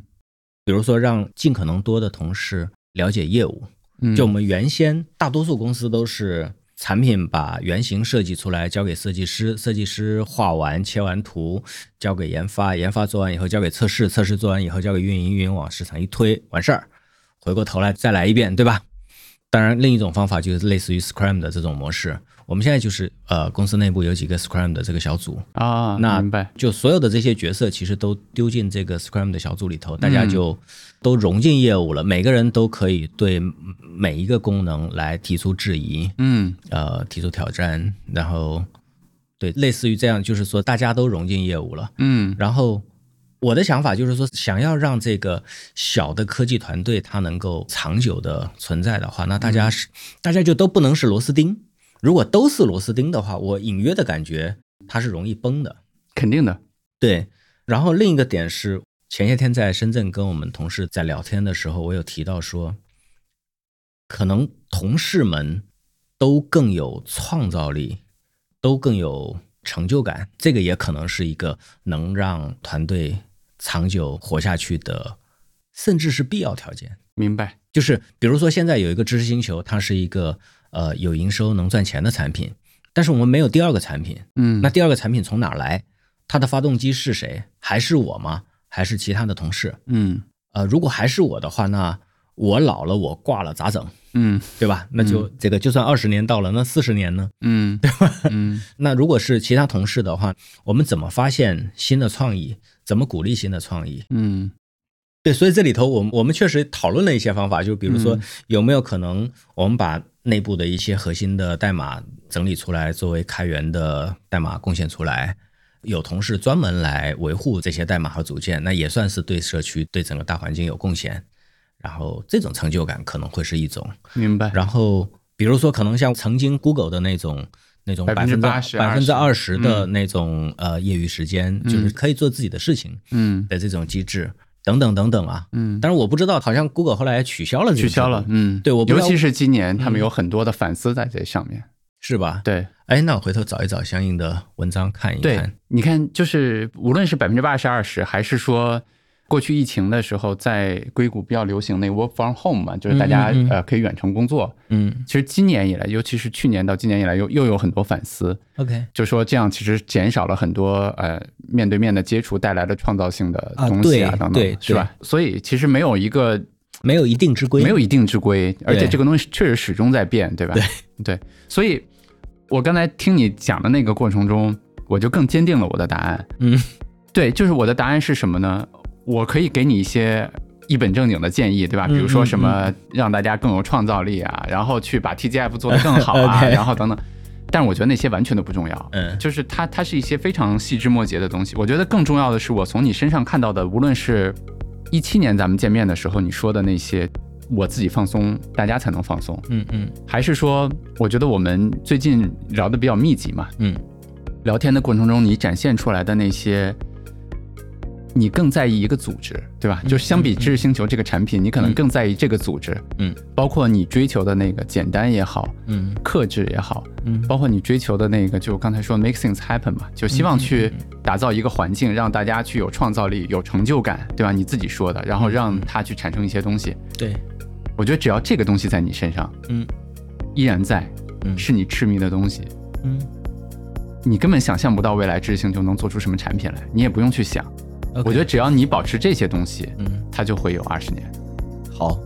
Speaker 2: 比如说让尽可能多的同事了解业务。
Speaker 1: 嗯，
Speaker 2: 就我们原先大多数公司都是产品把原型设计出来，交给设计师，设计师画完切完图，交给研发，研发做完以后交给测试，测试做完以后交给运营，运营往市场一推完事儿，回过头来再来一遍，对吧？当然，另一种方法就是类似于 Scrum 的这种模式。我们现在就是呃，公司内部有几个 Scrum 的这个小组，
Speaker 1: 啊，
Speaker 2: 那
Speaker 1: 明白。
Speaker 2: 就所有的这些角色其实都丢进这个 Scrum 的小组里头，大家就都融进业务了，每个人都可以对每一个功能来提出质疑，
Speaker 1: 嗯
Speaker 2: 呃，提出挑战，然后对，类似于这样，就是说大家都融进业务了。
Speaker 1: 嗯
Speaker 2: 然后我的想法就是说，想要让这个小的科技团队它能够长久的存在的话，那大家是、大家就都不能是螺丝钉。如果都是螺丝钉的话，我隐约的感觉它是容易崩的。
Speaker 1: 肯定的。
Speaker 2: 对，然后另一个点是，前些天在深圳跟我们同事在聊天的时候，我有提到说，可能同事们都更有创造力，都更有成就感，这个也可能是一个能让团队长久活下去的，甚至是必要条件。
Speaker 1: 明白。
Speaker 2: 就是比如说现在有一个知识星球，它是一个呃有营收能赚钱的产品，但是我们没有第二个产品，
Speaker 1: 嗯
Speaker 2: 那第二个产品从哪儿来？它的发动机是谁？还是我吗？还是其他的同事？
Speaker 1: 嗯
Speaker 2: 呃，如果还是我的话，那我老了，我挂了咋整？
Speaker 1: 嗯
Speaker 2: 对吧？那就、这个就算二十年到了，那四十年呢？
Speaker 1: 嗯，对吧？嗯
Speaker 2: 那如果是其他同事的话，我们怎么发现新的创意？怎么鼓励新的创意？
Speaker 1: 嗯
Speaker 2: 对，所以这里头我们我们确实讨论了一些方法，就比如说
Speaker 1: 嗯
Speaker 2: 有没有可能我们把内部的一些核心的代码整理出来，作为开源的代码贡献出来。有同事专门来维护这些代码和组件，那也算是对社区、对整个大环境有贡献。然后这种成就感可能会是一种。
Speaker 1: 明白。
Speaker 2: 然后比如说，可能像曾经 Google 的那种那种百分之
Speaker 1: 80%
Speaker 2: 百分之二十
Speaker 1: 嗯
Speaker 2: 嗯的那种、呃业余时间，就是可以做自己的事情
Speaker 1: 嗯
Speaker 2: 的这种机制，等等等等啊。
Speaker 1: 嗯，
Speaker 2: 但是我不知道，好像 Google 后来取消了这个
Speaker 1: 取消了
Speaker 2: 制。度
Speaker 1: 嗯，
Speaker 2: 对我不知
Speaker 1: 尤
Speaker 2: 道嗯
Speaker 1: 其是今年他们有很多的反思在这上面。
Speaker 2: 是吧？
Speaker 1: 对，
Speaker 2: 哎，那我回头找一找相应的文章看一
Speaker 1: 对
Speaker 2: 看。，
Speaker 1: 你看，就是无论是百分之八十、二十，还是说过去疫情的时候，在硅谷比较流行那个 work from home 嘛，就是大家
Speaker 2: 嗯嗯嗯
Speaker 1: 呃可以远程工作。
Speaker 2: 嗯
Speaker 1: 其实今年以来，尤其是去年到今年以来，又又有很多反思，
Speaker 2: ，OK，
Speaker 1: 就说这样其实减少了很多呃面对面的接触带来的创造性的
Speaker 2: 啊
Speaker 1: 东西啊
Speaker 2: 对
Speaker 1: 等
Speaker 2: 对
Speaker 1: 等，是吧？所以其实没有一个
Speaker 2: 没有一定之规，
Speaker 1: 没有一定之规，而且
Speaker 2: 对
Speaker 1: 这个东西确实始终在变，对吧？对所以我刚才听你讲的那个过程中，我就更坚定了我的答案。
Speaker 2: 嗯，
Speaker 1: 对，就是我的答案是什么呢？我可以给你一些一本正经的建议，对吧？
Speaker 2: 嗯
Speaker 1: 比如说
Speaker 2: 嗯
Speaker 1: 什么让大家更有创造力啊，然后去把 TGF 做得更好 啊，
Speaker 2: OK
Speaker 1: 然后等等。但我觉得那些完全都不重要，
Speaker 2: 嗯
Speaker 1: 就是它它是一些非常细枝末节的东西。我觉得更重要的是我从你身上看到的，无论是一七年咱们见面的时候你说的那些，我自己放松，大家才能放松，
Speaker 2: 嗯嗯
Speaker 1: 还是说我觉得我们最近聊的比较密集嘛，
Speaker 2: 嗯
Speaker 1: 聊天的过程中，你展现出来的那些，你更在意一个组织，对吧？就是相比知识星球这个产品，你可能更在意这个组织，
Speaker 2: 嗯
Speaker 1: 包括你追求的那个简单也好，
Speaker 2: 嗯
Speaker 1: 克制也好，
Speaker 2: 嗯
Speaker 1: 包括你追求的那个，就我刚才说 make things happen 嘛，就希望
Speaker 2: 嗯
Speaker 1: 去打造一个环境，让大家去有创造力、有成就感，对吧？你自己说的，
Speaker 2: 嗯
Speaker 1: 然后让它去产生一些东西。
Speaker 2: 对，
Speaker 1: 我觉得只要这个东西在你身上
Speaker 2: 嗯
Speaker 1: 依然在，
Speaker 2: 嗯
Speaker 1: 是你痴迷的东西，
Speaker 2: 嗯
Speaker 1: 你根本想象不到未来知识星球能做出什么产品来，你也不用去想。
Speaker 2: ，OK，
Speaker 1: 我觉得只要你保持这些东西，
Speaker 2: 嗯
Speaker 1: 它就会有二十年。
Speaker 2: 好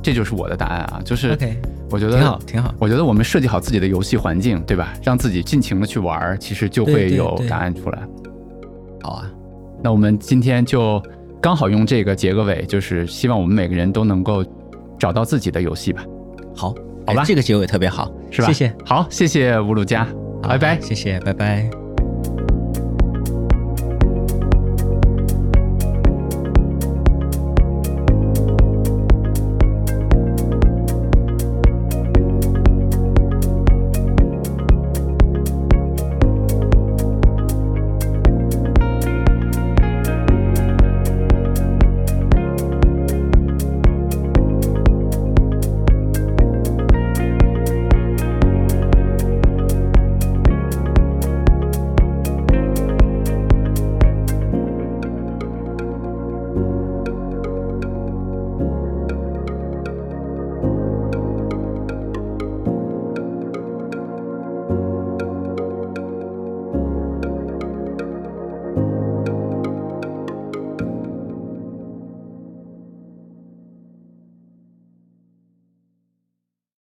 Speaker 1: 这就是我的答案啊，就是
Speaker 2: ，OK，
Speaker 1: 我觉得
Speaker 2: 挺好挺好，
Speaker 1: 我觉得我们设计好自己的游戏环境，对吧？让自己尽情的去玩儿，其实就
Speaker 2: 对
Speaker 1: 会
Speaker 2: 对
Speaker 1: 有
Speaker 2: 对
Speaker 1: 答案出来。
Speaker 2: 好啊，
Speaker 1: 那我们今天就刚好用这个结个尾，就是希望我们每个人都能够找到自己的游戏吧，
Speaker 2: 好，
Speaker 1: 好吧
Speaker 2: 哎这个结尾特别好，
Speaker 1: 是吧？
Speaker 2: 谢谢，，
Speaker 1: 好，谢谢吴鲁佳，
Speaker 2: 好
Speaker 1: 拜拜。
Speaker 2: 谢谢，拜拜。